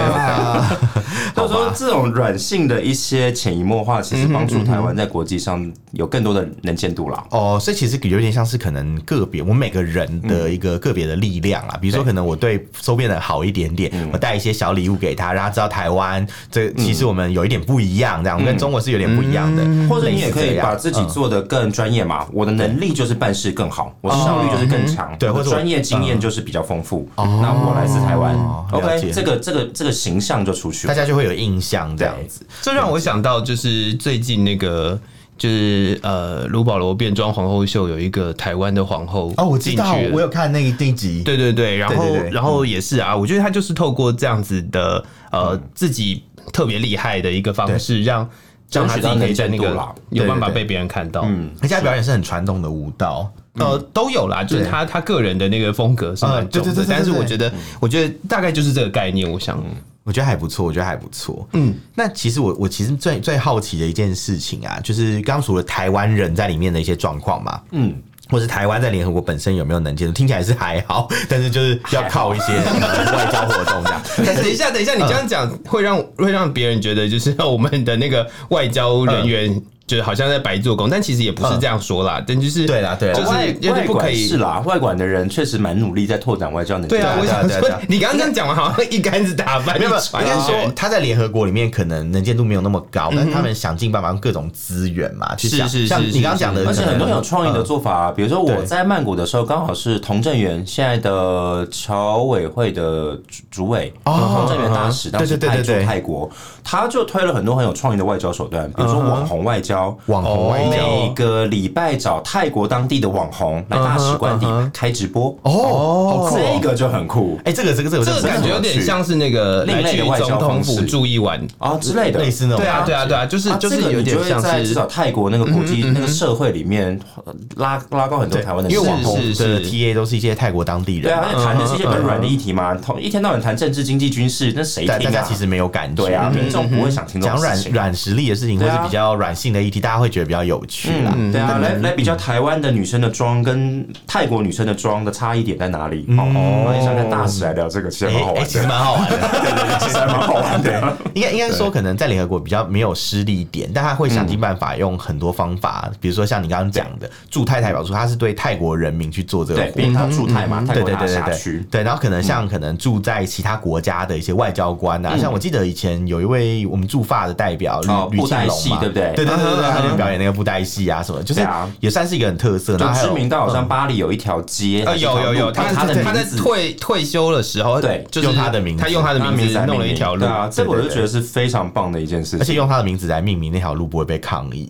Speaker 1: 所以说，这种软性的一些潜移默化，其实帮助台湾在国际上有更多的能见度啦。
Speaker 3: 哦，所以其实有点像是可能个别，我们每个人的一个个别的力量啊。比如说，可能我对周边的好一点点，我带一些小礼物给他，让他知道台湾这其实我们有一点不一样，这样、跟中国是有点不一样的。
Speaker 1: 嗯或者你也
Speaker 3: 嗯类似
Speaker 1: 可
Speaker 3: 这
Speaker 1: 以
Speaker 3: 样嗯
Speaker 1: 把自己做得更专业嘛，我的能力就是办事更好，我效率就是更强，
Speaker 3: 对
Speaker 1: 我
Speaker 3: 或
Speaker 1: 的
Speaker 3: 者我
Speaker 1: 专业经验就是比较丰富。
Speaker 4: 嗯
Speaker 1: 那我来自台湾
Speaker 4: 哦
Speaker 3: 了解
Speaker 1: ，OK，这个这个这个形象就出去
Speaker 3: 大
Speaker 1: 了。
Speaker 3: 家就会有印象这样子。
Speaker 4: 这让我想到就是最近那个。就是呃，卢保罗变装皇后秀有一个台湾的皇后
Speaker 3: 哦，我知道
Speaker 4: 进去，了
Speaker 3: 我有看那个那一集。
Speaker 4: 对对对，然后
Speaker 3: 对对对嗯
Speaker 4: 然后也是啊，我觉得他就是透过这样子的呃
Speaker 3: 嗯
Speaker 4: 自己特别厉害的一个方式，让让他自己可以在
Speaker 1: 争取到能见
Speaker 4: 那
Speaker 1: 度
Speaker 4: 个
Speaker 1: 啦
Speaker 4: 有办法
Speaker 3: 对对对嗯
Speaker 4: 被别人看到。
Speaker 3: 而且他表演是很传统的舞蹈，
Speaker 4: 呃，都有啦，就是他他个人的那个风格是蛮
Speaker 3: 嗯嗯对
Speaker 4: 重
Speaker 3: 对对对，对
Speaker 4: 的
Speaker 3: 嗯
Speaker 4: 但是
Speaker 3: 对
Speaker 4: 我觉得，我觉得大概就是这个概念，我想，
Speaker 3: 我觉得还不错，我觉得还不错。嗯，那其实我我其实最最好奇的一件事情啊，就是刚除了台湾人在里面的一些状况嘛，嗯。或是台湾在联合国本身有没有能见度？听起来是还好， 但是就是要靠一些呃外交活动这样。但
Speaker 4: 等一
Speaker 3: 是
Speaker 4: 下，等
Speaker 3: 嗯
Speaker 4: 哦
Speaker 3: 嗯
Speaker 4: 一下，你这样讲会让会让别人觉得就是我们的那个外交人员。就是好像在白做工，但其实也不是这样说啦，但就是
Speaker 3: 对啦对啦
Speaker 4: 就
Speaker 1: 外
Speaker 4: 是就是
Speaker 1: 外
Speaker 4: 不可
Speaker 1: 管是
Speaker 4: 以。
Speaker 1: 啦，外管的人确实蛮努力在拓展外交能力。
Speaker 4: 对啊，我想
Speaker 3: 对啊对啊对
Speaker 4: 说
Speaker 3: 啊，
Speaker 4: 你刚刚这样讲完，好像一竿子打翻一
Speaker 3: 没有，没有
Speaker 4: 船
Speaker 3: 应该说
Speaker 4: 人。
Speaker 3: 他在联合国里面可能能见度没有那么高，但是他们想尽办法用各种资源嘛，去
Speaker 4: 是
Speaker 3: 想
Speaker 4: 是是
Speaker 3: 像
Speaker 4: 是
Speaker 3: 你刚刚讲的，
Speaker 1: 而且很多很有创意的做法、啊，比如说我
Speaker 3: 嗯对
Speaker 1: 在曼谷的时候，刚好是童振源现在的侨委会的主主委，
Speaker 3: 哦
Speaker 1: 童振源大使，当时
Speaker 3: 对对
Speaker 1: 派
Speaker 3: 对
Speaker 1: 驻
Speaker 3: 对对
Speaker 1: 泰国，他就推了很多很有创意的外交手段，比如说网红外交，
Speaker 3: 嗯网红外交
Speaker 1: 每个礼拜找泰国当地的网红来大
Speaker 3: 嗯
Speaker 1: 使馆里开直播，
Speaker 3: 哦，好酷
Speaker 1: 这
Speaker 3: 哦！
Speaker 1: 个就很酷
Speaker 3: 哎，这个这个这个
Speaker 4: 这个感觉有点像是那个
Speaker 1: 另
Speaker 4: 来
Speaker 1: 类
Speaker 4: 去
Speaker 1: 的外交
Speaker 4: 总统
Speaker 1: 方式
Speaker 4: 府住一晚。
Speaker 1: 啊之类的，
Speaker 3: 类似那种
Speaker 4: 对啊，对啊，对啊，就是
Speaker 1: 啊
Speaker 4: 就
Speaker 1: 这
Speaker 4: 是
Speaker 1: 个
Speaker 4: 有
Speaker 1: 你就
Speaker 4: 点
Speaker 1: 会
Speaker 4: 像
Speaker 1: 在至
Speaker 4: 是
Speaker 1: 少泰国那个国际那个社会里面呃拉拉高很多
Speaker 3: 嗯对，
Speaker 1: 台湾的
Speaker 3: 因为
Speaker 1: 市
Speaker 3: 网
Speaker 1: 场
Speaker 3: 红
Speaker 4: 是
Speaker 3: 的
Speaker 4: 是
Speaker 3: TA 都是一些泰国当地
Speaker 1: 对
Speaker 3: 人
Speaker 1: 啊
Speaker 3: 嘛，，
Speaker 1: 而且谈的是一些很软的议题嘛，同一天到晚谈政治、经济、军事，那谁
Speaker 3: 但
Speaker 1: 听
Speaker 3: 大家
Speaker 1: 啊？
Speaker 3: 其实没有感觉，
Speaker 1: 对啊，民众不会想听这
Speaker 3: 讲
Speaker 1: 种
Speaker 3: 软
Speaker 1: 事情。
Speaker 3: 软实力的事情，或
Speaker 1: 对啊
Speaker 3: 是比较软性的议题，大家会觉得比较有趣啦。
Speaker 1: 嗯，对啊，来来比较台湾的女生的妆跟泰国女生的妆的差异点在哪里？哦，那你想跟大使来聊嗯这个，其实蛮好
Speaker 3: 哎，
Speaker 1: 玩
Speaker 3: 其实
Speaker 1: 的，
Speaker 3: 蛮好玩的，
Speaker 1: 其实还蛮好玩的。
Speaker 3: 应该应该说，可能在联合国比较没有失利点，但他会想尽办法用很多方法，比如说像你刚刚讲的驻泰代表处，他是对泰国人民去做这个
Speaker 1: 对，
Speaker 3: 活
Speaker 1: 毕竟
Speaker 3: 动。
Speaker 1: 他驻泰嘛，泰
Speaker 3: 对
Speaker 1: 国
Speaker 3: 嗯对
Speaker 1: 大
Speaker 3: 对对
Speaker 1: 辖
Speaker 3: 对
Speaker 1: 区，，
Speaker 3: 对，然后可能像可能住在其他国家的一些外交官啊，像我记得以前有一位我们驻法的代表
Speaker 1: 嗯哦
Speaker 3: 吕吕
Speaker 1: 布袋
Speaker 3: 庆龙
Speaker 1: 戏
Speaker 3: 嘛，
Speaker 1: 对不对
Speaker 3: 对对对对对，
Speaker 1: 嗯
Speaker 3: 他就表演那个布袋戏啊什么，就是
Speaker 1: 对啊
Speaker 3: 也算是一个很特色。然
Speaker 1: 就
Speaker 3: 后还
Speaker 1: 知
Speaker 3: 有
Speaker 1: 名到好像巴黎有一条街，
Speaker 4: 呃，有有有，他
Speaker 1: 他
Speaker 4: 他
Speaker 1: 的
Speaker 4: 他在
Speaker 1: 名字
Speaker 4: 退退休的时候，
Speaker 1: 对
Speaker 4: 就是
Speaker 3: 用他的名字
Speaker 4: 他用他的名字
Speaker 1: 来
Speaker 4: 弄了
Speaker 1: 命
Speaker 4: 一
Speaker 1: 名
Speaker 4: 条路
Speaker 1: 对。啊，这个我
Speaker 3: 对对
Speaker 1: 就觉得是非常棒的一件事
Speaker 3: 而且
Speaker 1: 情。
Speaker 3: 用他的名字来命名那条路不会被抗议。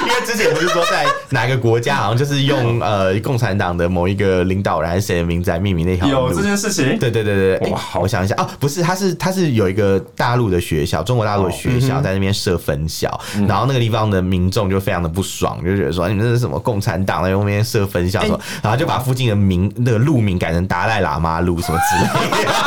Speaker 3: 因为之前不是说在哪个国家，好像就是用呃共产党的某一个领导人还是谁的名字来命名那条
Speaker 1: 有
Speaker 3: 路
Speaker 1: 这。件事 情，
Speaker 3: 对对对对，哇
Speaker 1: 哇！
Speaker 3: 我想一下啊，不是，他是他是有一个大陆的学校，中国大陆的学
Speaker 1: 哦嗯
Speaker 3: 校在那边设分校，然后那个地方的民众就非常的不爽，就觉得说哎你们这是什么共产党在那边设分
Speaker 1: 哎
Speaker 3: 校什么，然后就把附近的名那个路名改成达赖喇嘛路什么之类的。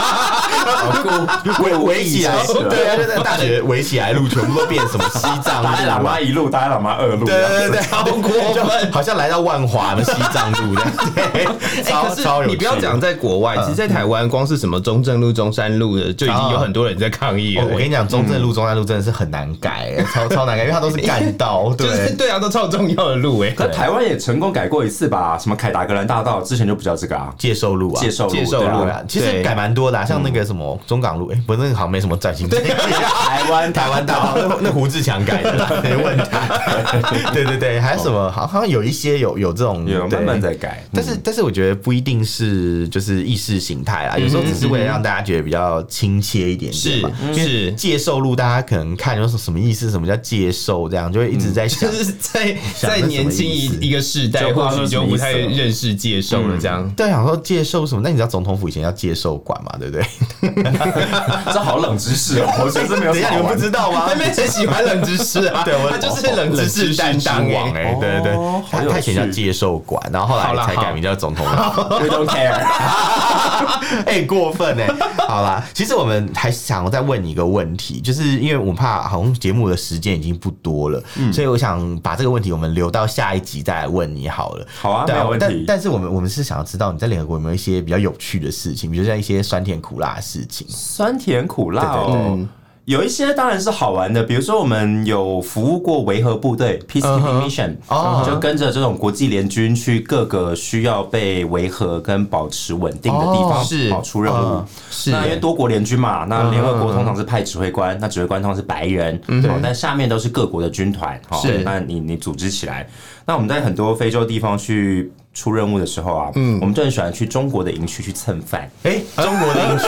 Speaker 3: 围围起来，对啊，就在大学围起来路全部都变什么西藏路
Speaker 1: 达赖喇
Speaker 3: 啊
Speaker 1: 嘛，一路，达赖喇嘛二路，啊
Speaker 3: 对对对对，
Speaker 4: 超过分
Speaker 3: 就好像来到万华的西藏路这样，对，
Speaker 4: 哎
Speaker 3: 超
Speaker 4: 可是
Speaker 3: 超有趣。
Speaker 4: 你不要讲在国外，其实在台湾，光是什么中正路、中山路的，就已经有很多人在抗议了。
Speaker 3: 哦我我跟你讲，中正路、中山路真的是很难改，超超难改，因为它都是干道，
Speaker 4: 就是
Speaker 3: 对。
Speaker 4: 对啊，都超重要的路哎。
Speaker 1: 可台湾也成功改过一次吧？什么凯达格兰大道之前就不叫这个 啊，
Speaker 3: 介寿路啊，
Speaker 1: 介寿路
Speaker 4: 介寿
Speaker 1: 对啊
Speaker 4: 路
Speaker 3: 对啊，其实改蛮多的啊，像那个什么中港路，哎，不是那个好像没什么崭新。对，
Speaker 1: 台湾
Speaker 3: 台湾大道，那那胡志强改的啦，没问他。对对对，还有什么？好好像有一些有有这种
Speaker 1: 有
Speaker 3: 对
Speaker 1: 慢慢在改，
Speaker 3: 但是，但是我觉得不一定是就是意识形态啦，有时候只是为了让大家觉得比较亲切一点点
Speaker 4: 是
Speaker 3: 嘛。
Speaker 4: 是，
Speaker 3: 介寿路，大家可能看就是什么意思，什么叫介寿，这样就会一直在想
Speaker 4: 就。是在
Speaker 3: 想那
Speaker 4: 在
Speaker 3: 什么
Speaker 4: 年轻
Speaker 3: 意思
Speaker 4: 一一个世代，
Speaker 1: 就不知
Speaker 4: 或
Speaker 1: 道
Speaker 4: 许
Speaker 1: 是什
Speaker 4: 就
Speaker 1: 么
Speaker 4: 不
Speaker 1: 意思
Speaker 4: 太
Speaker 1: 了
Speaker 4: 认识介绍了这样。
Speaker 3: 对，啊想说介寿什么？那你知道总统府以前叫介寿馆嘛，对不对？
Speaker 1: 这好冷知识哦，我觉得这没有
Speaker 3: 等一
Speaker 1: 什么
Speaker 3: 下
Speaker 1: 好
Speaker 3: 你
Speaker 1: 玩
Speaker 3: 们不知道吗
Speaker 4: 他？们很喜欢冷知识 啊，
Speaker 3: 对，我
Speaker 4: 他就是冷知识担当
Speaker 3: 之王
Speaker 4: 哎。
Speaker 3: 哎，对对对
Speaker 1: 哦，好
Speaker 3: 他
Speaker 1: 有
Speaker 3: 他以前叫
Speaker 1: 趣
Speaker 3: 介寿馆，然后后
Speaker 4: 好
Speaker 3: 来
Speaker 4: 啦
Speaker 3: 才
Speaker 4: 好
Speaker 3: 改名叫总统府。
Speaker 1: ，We don't care。
Speaker 3: 哎、过分 哎、好啦，其实我们还想再问你一个问题，就是因为我怕好像节目的时间已经不多了，
Speaker 1: 嗯
Speaker 3: 所以我想把这个问题我们留到下一集再来问你好了。
Speaker 1: 好啊
Speaker 3: 对
Speaker 1: 没有问题
Speaker 3: 但但是我们我们是想要知道你在联合国有没有一些比较有趣的事情，比如像一些酸甜苦辣的事情。
Speaker 1: 酸甜苦辣哦。有一些当然是好玩的，比如说我们有服务过维和部队 （Peacekeeping Mission），、
Speaker 3: 哦
Speaker 1: 就跟着这种国际联军去各个需要被维和跟保持稳定的地方，
Speaker 3: 哦
Speaker 4: 是
Speaker 1: 跑出任务。
Speaker 3: 嗯
Speaker 4: 是嗯
Speaker 1: 那因为多国联军嘛，那联合国通常是派指挥官，那指挥官通常是白人，哦，但下面都是各国的军团，哦
Speaker 4: 是
Speaker 1: 那你你组织起来，那我们在很多非洲地方去出任务的时候啊，嗯，我们就很喜欢去中国的营区去蹭饭，
Speaker 3: 哎、中国的营区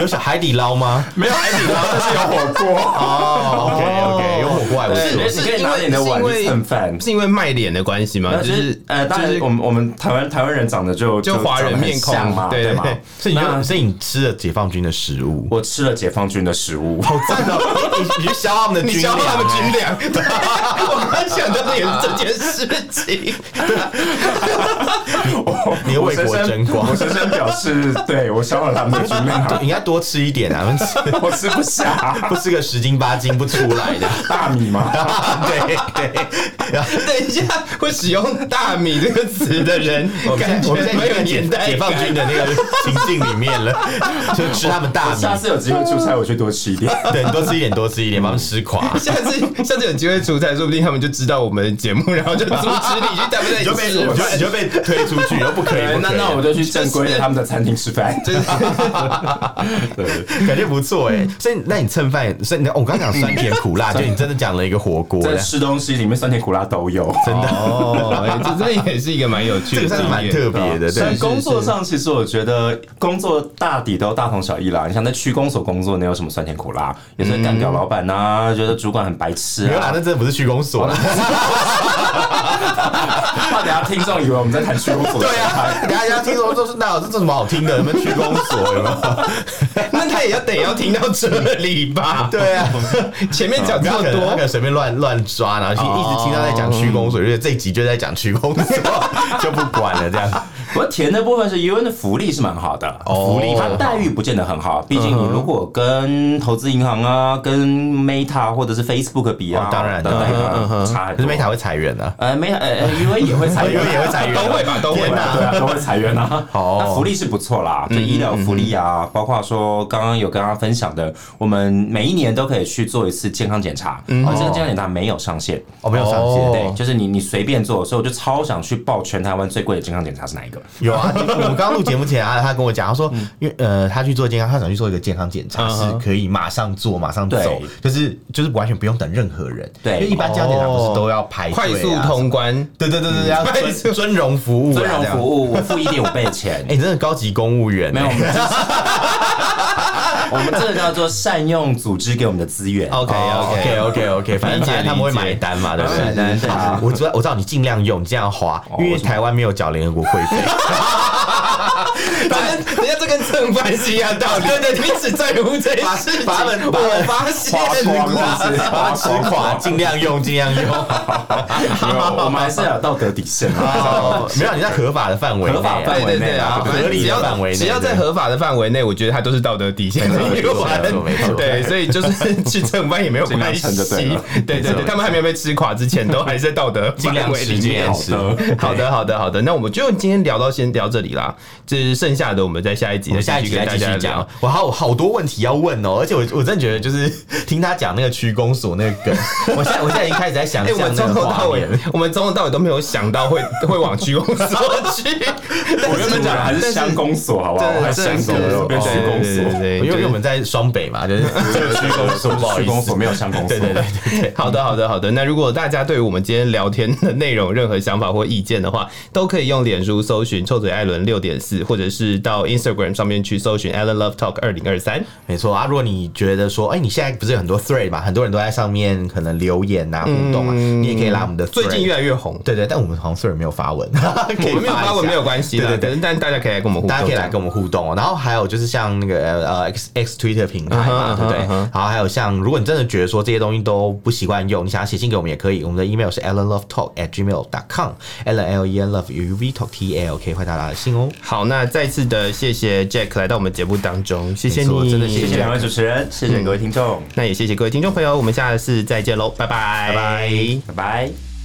Speaker 3: 有小海底捞吗？
Speaker 1: 啊没有海底捞，但是有火锅。
Speaker 3: 哦，OK OK，有火锅还不
Speaker 1: 对，
Speaker 3: 错。
Speaker 1: 你可以拿你的碗去蹭饭。
Speaker 4: 是因为卖脸的关系吗？
Speaker 1: 那
Speaker 4: 啊就
Speaker 1: 就是是呃，当然
Speaker 4: 就是
Speaker 1: 我们我们台湾台湾人长得就
Speaker 4: 就华人
Speaker 1: 长得很
Speaker 4: 面孔
Speaker 1: 像嘛，
Speaker 4: 对
Speaker 1: 对吗
Speaker 4: 对？
Speaker 3: 哎所以你就
Speaker 1: 那
Speaker 3: 所以你吃了解放军的食物，
Speaker 1: 我吃了解放军的食 物，
Speaker 3: 好赞哦！ 你你去消耗他们的
Speaker 4: 你
Speaker 3: 军
Speaker 4: 消
Speaker 3: 粮
Speaker 4: 耗他们
Speaker 3: 欸
Speaker 4: 军粮， 对我刚想到脸这件事情，
Speaker 3: 你的
Speaker 1: 我
Speaker 3: 为
Speaker 1: 深
Speaker 3: 国
Speaker 1: 深
Speaker 3: 争光
Speaker 1: 我。深深表示，对我消耗他们的军粮，
Speaker 3: 对，你要多吃一点啊，不吃
Speaker 1: 我吃不下
Speaker 3: 不吃个十斤八斤不出来的。
Speaker 1: 大米嘛。
Speaker 3: 对对，然后
Speaker 4: 等一下，会使用“大米”这个词的人，
Speaker 3: 我们
Speaker 4: 感觉
Speaker 3: 我们现在
Speaker 4: 没
Speaker 3: 已
Speaker 4: 有
Speaker 3: 经
Speaker 4: 年
Speaker 3: 在
Speaker 4: 代
Speaker 3: 解解放军的那个情境里面了， 就吃他们大米，
Speaker 1: 下次有机会出差，我去多吃一点。
Speaker 3: 对，你多吃一点，多吃一点，把他们吃垮。
Speaker 4: 下次下次有机会出差，说不定他们就知道我们的节目，然后就阻止你去带不带
Speaker 3: 你
Speaker 4: 你
Speaker 3: 就被你
Speaker 4: 吃
Speaker 3: 就你就被推出去，又不可以，
Speaker 1: 对
Speaker 3: 不
Speaker 1: 哎那
Speaker 3: 可以
Speaker 1: 那我就去正规的他们的餐厅吃饭。
Speaker 4: 就是
Speaker 3: 感觉不错哎、所以那你蹭饭，所以你、哦我刚 讲酸甜苦辣，就你真的讲了一个火锅，
Speaker 1: 在吃东西里面酸甜苦辣都 有，真的。
Speaker 4: 哦，哎这真的也是一个蛮有趣
Speaker 3: 这
Speaker 4: 的
Speaker 3: 个算是
Speaker 4: 经
Speaker 3: 蛮
Speaker 4: 验，
Speaker 3: 特别的，
Speaker 1: 啊但
Speaker 3: 对。
Speaker 1: 工作上，其实我觉得工作大抵都大同小异啦。你像在区公所工作，能有什么酸甜苦辣？有时候干掉老板呐，觉得主管很白痴
Speaker 3: 嗯没有啦，那
Speaker 1: 啊。
Speaker 3: 真的不是区公所啦，
Speaker 1: 怕等下听众以为我们在谈区公所。
Speaker 3: 对啊，大家听说就是那这这什么好听的？什么区公所有没 有？
Speaker 4: 那他也要得要听到这里吧？
Speaker 3: 对 啊，
Speaker 4: 前面讲
Speaker 3: 不
Speaker 4: 这
Speaker 3: 要
Speaker 4: 么
Speaker 3: 可能他可
Speaker 4: 多，
Speaker 3: 能随便乱乱抓，然后一一直听到在讲区公所，因为这一集就在讲区公所， 就不管了这样。
Speaker 1: 我填的部分是 U N 的福利是蛮好的，
Speaker 3: 哦
Speaker 1: 福利它待遇不见得很好，毕竟
Speaker 3: 嗯
Speaker 1: 你如果跟投资银行啊、跟 Meta 或者是 Facebook 比啊
Speaker 3: 哦，当然
Speaker 1: 的待遇差很
Speaker 3: 可
Speaker 1: 多。
Speaker 3: 是 Meta 会裁员啊，
Speaker 1: 呃，Meta 呃呃 U N 也会裁
Speaker 3: 因
Speaker 1: 员
Speaker 3: 为，也会裁员啊，
Speaker 4: 都会吧都会吧
Speaker 3: 天
Speaker 1: 对
Speaker 3: 哪
Speaker 1: 啊，对啊，都会裁员啊。
Speaker 3: 哦
Speaker 1: 那福利是不错啦，就医疗福利啊，包括说刚刚有跟大家分享的，我们每一年都可以去做一次健康检查，而这个健康检查没有上限。
Speaker 3: 哦，没有上线
Speaker 4: 哦。
Speaker 1: 对，就是你你随便做，所以我就超想去报全台湾最贵的健康检查是哪一个？
Speaker 3: 有 啊，就是我们刚录节目前啊，他跟我讲，他说，因为呃，他去做健康，他想去做一个健康检查，
Speaker 4: 嗯哼
Speaker 3: 是可以马上做，马上走
Speaker 1: 对，
Speaker 3: 就是就是完全不用等任何人。
Speaker 1: 对
Speaker 3: 因为一般健康检查不
Speaker 4: 哦
Speaker 3: 是都要排队啊
Speaker 4: 快速通。关。
Speaker 3: 对对对对，要
Speaker 4: 快速
Speaker 3: 尊嗯尊荣服务啊，
Speaker 1: 尊荣
Speaker 3: 这样
Speaker 1: 服。务，我付一点五倍的钱
Speaker 3: 哎，。你真的高级公务员欸，
Speaker 1: 没有，我们 这是我们这个叫做善用组织给我们的资源。哦
Speaker 3: OK 哦 OK OK OK，反正
Speaker 4: 理解
Speaker 3: 反正他们会
Speaker 4: 理解
Speaker 3: 买单嘛，对不
Speaker 1: 买单是
Speaker 3: 对？
Speaker 1: 啊
Speaker 3: 我知道我知道你尽量用，你这样花，因为台湾没有缴联合国会费。
Speaker 4: 等一下，这跟正反是一样啊道理。对对，你只在乎这件事情，
Speaker 3: 把把他们把他
Speaker 4: 我
Speaker 3: 们
Speaker 4: 发现
Speaker 1: 花光是不是
Speaker 3: 把它吃垮，尽量用，尽量 用。
Speaker 1: 没有，我们还是要有道德底线啊。
Speaker 3: 哦，没有，你在合法的范围内啊，
Speaker 1: 合法范
Speaker 4: 对
Speaker 1: 围
Speaker 4: 对对啊，
Speaker 3: 对合理
Speaker 4: 只
Speaker 3: 的
Speaker 4: 要
Speaker 3: 范围内，
Speaker 4: 只要在合法的范围内，我觉得它都是道德底线的
Speaker 3: 没
Speaker 4: 一
Speaker 3: 错
Speaker 4: 环
Speaker 3: 没错没错
Speaker 4: 对，所以就是去蹭饭也没有
Speaker 1: 尽量
Speaker 4: 关
Speaker 1: 蹭就
Speaker 4: 系。
Speaker 1: 对了
Speaker 4: 对对对，他们还没有被吃垮之前，都还是在道德
Speaker 3: 尽量
Speaker 4: 范围
Speaker 3: 吃，
Speaker 4: 里
Speaker 3: 尽
Speaker 4: 面
Speaker 3: 量。吃。
Speaker 4: 好的，好的，好的。那我们就今天聊到先聊这里啦，就是剩下的我们在下一
Speaker 3: 我
Speaker 4: 集再
Speaker 3: 们下一
Speaker 4: 继
Speaker 3: 集
Speaker 4: 续
Speaker 3: 再
Speaker 4: 跟大
Speaker 3: 继
Speaker 4: 家
Speaker 3: 续
Speaker 4: 聊
Speaker 3: 讲。，我还有好多问题要问哦，而且我我真的觉得就是 听他讲那个区公所那个 梗，我现在我现在已经开始在想
Speaker 4: 哎、我
Speaker 3: 象
Speaker 4: 们
Speaker 3: 那
Speaker 4: 从
Speaker 3: 个
Speaker 4: 头
Speaker 3: 画
Speaker 4: 到尾
Speaker 3: 面。，
Speaker 4: 我们从头到尾都没有想到会会往区公所 去。
Speaker 1: 我原本讲的还是乡公所，好不好？我还是乡公所，变区公所。
Speaker 4: 对
Speaker 3: 哦因为因为我们在双北嘛，就是区公所，不好
Speaker 1: 区
Speaker 3: 意
Speaker 1: 公
Speaker 3: 思
Speaker 1: 所。没有乡公所。
Speaker 3: 对对对对对，
Speaker 4: 好的，好的，好的。那如果大家对于我们今天聊天的内容有任何想法或意见的话，都可以用脸书搜寻“臭嘴艾伦六点四”，或者是到 Instagram 上面去搜寻 Allen Love Talk 二零二三。
Speaker 3: 没错啊。如果你觉得说，哎，你现在不是有很多 thread 嘛，很多人都在上面可能留言啊、互动啊，你也可以拉我们的 thread。
Speaker 4: 嗯最近越来越红，
Speaker 3: 对对，但我们好像 thread 没有发文，
Speaker 4: 我
Speaker 3: 我
Speaker 4: 们没有发文没有关系的，
Speaker 3: 对对对。
Speaker 4: 但但大家可以来跟我们互动，
Speaker 3: 大家可以来跟我们互动哦。然后还有就是像那个呃呃 X X Twitter 平台嘛，
Speaker 4: 嗯哼
Speaker 3: 对不对
Speaker 4: 嗯哼嗯哼？
Speaker 3: 然后还有像，如果你真的觉得说这些东西都不习惯用，你想要写信给我们也可以，我们的 email 是 allenlovetalk at gmail dot com，l l e n love u v talk t l 可以回答大家的信哦。
Speaker 4: 好，那再次的谢谢 Jack 来到我们节目当中，谢谢
Speaker 3: 没错
Speaker 4: 你，
Speaker 3: 真的谢
Speaker 1: 谢谢两位主持人，谢谢各位听众，
Speaker 4: 那也谢谢各位听众朋友，我们下次再见喽，拜拜，
Speaker 1: 拜拜。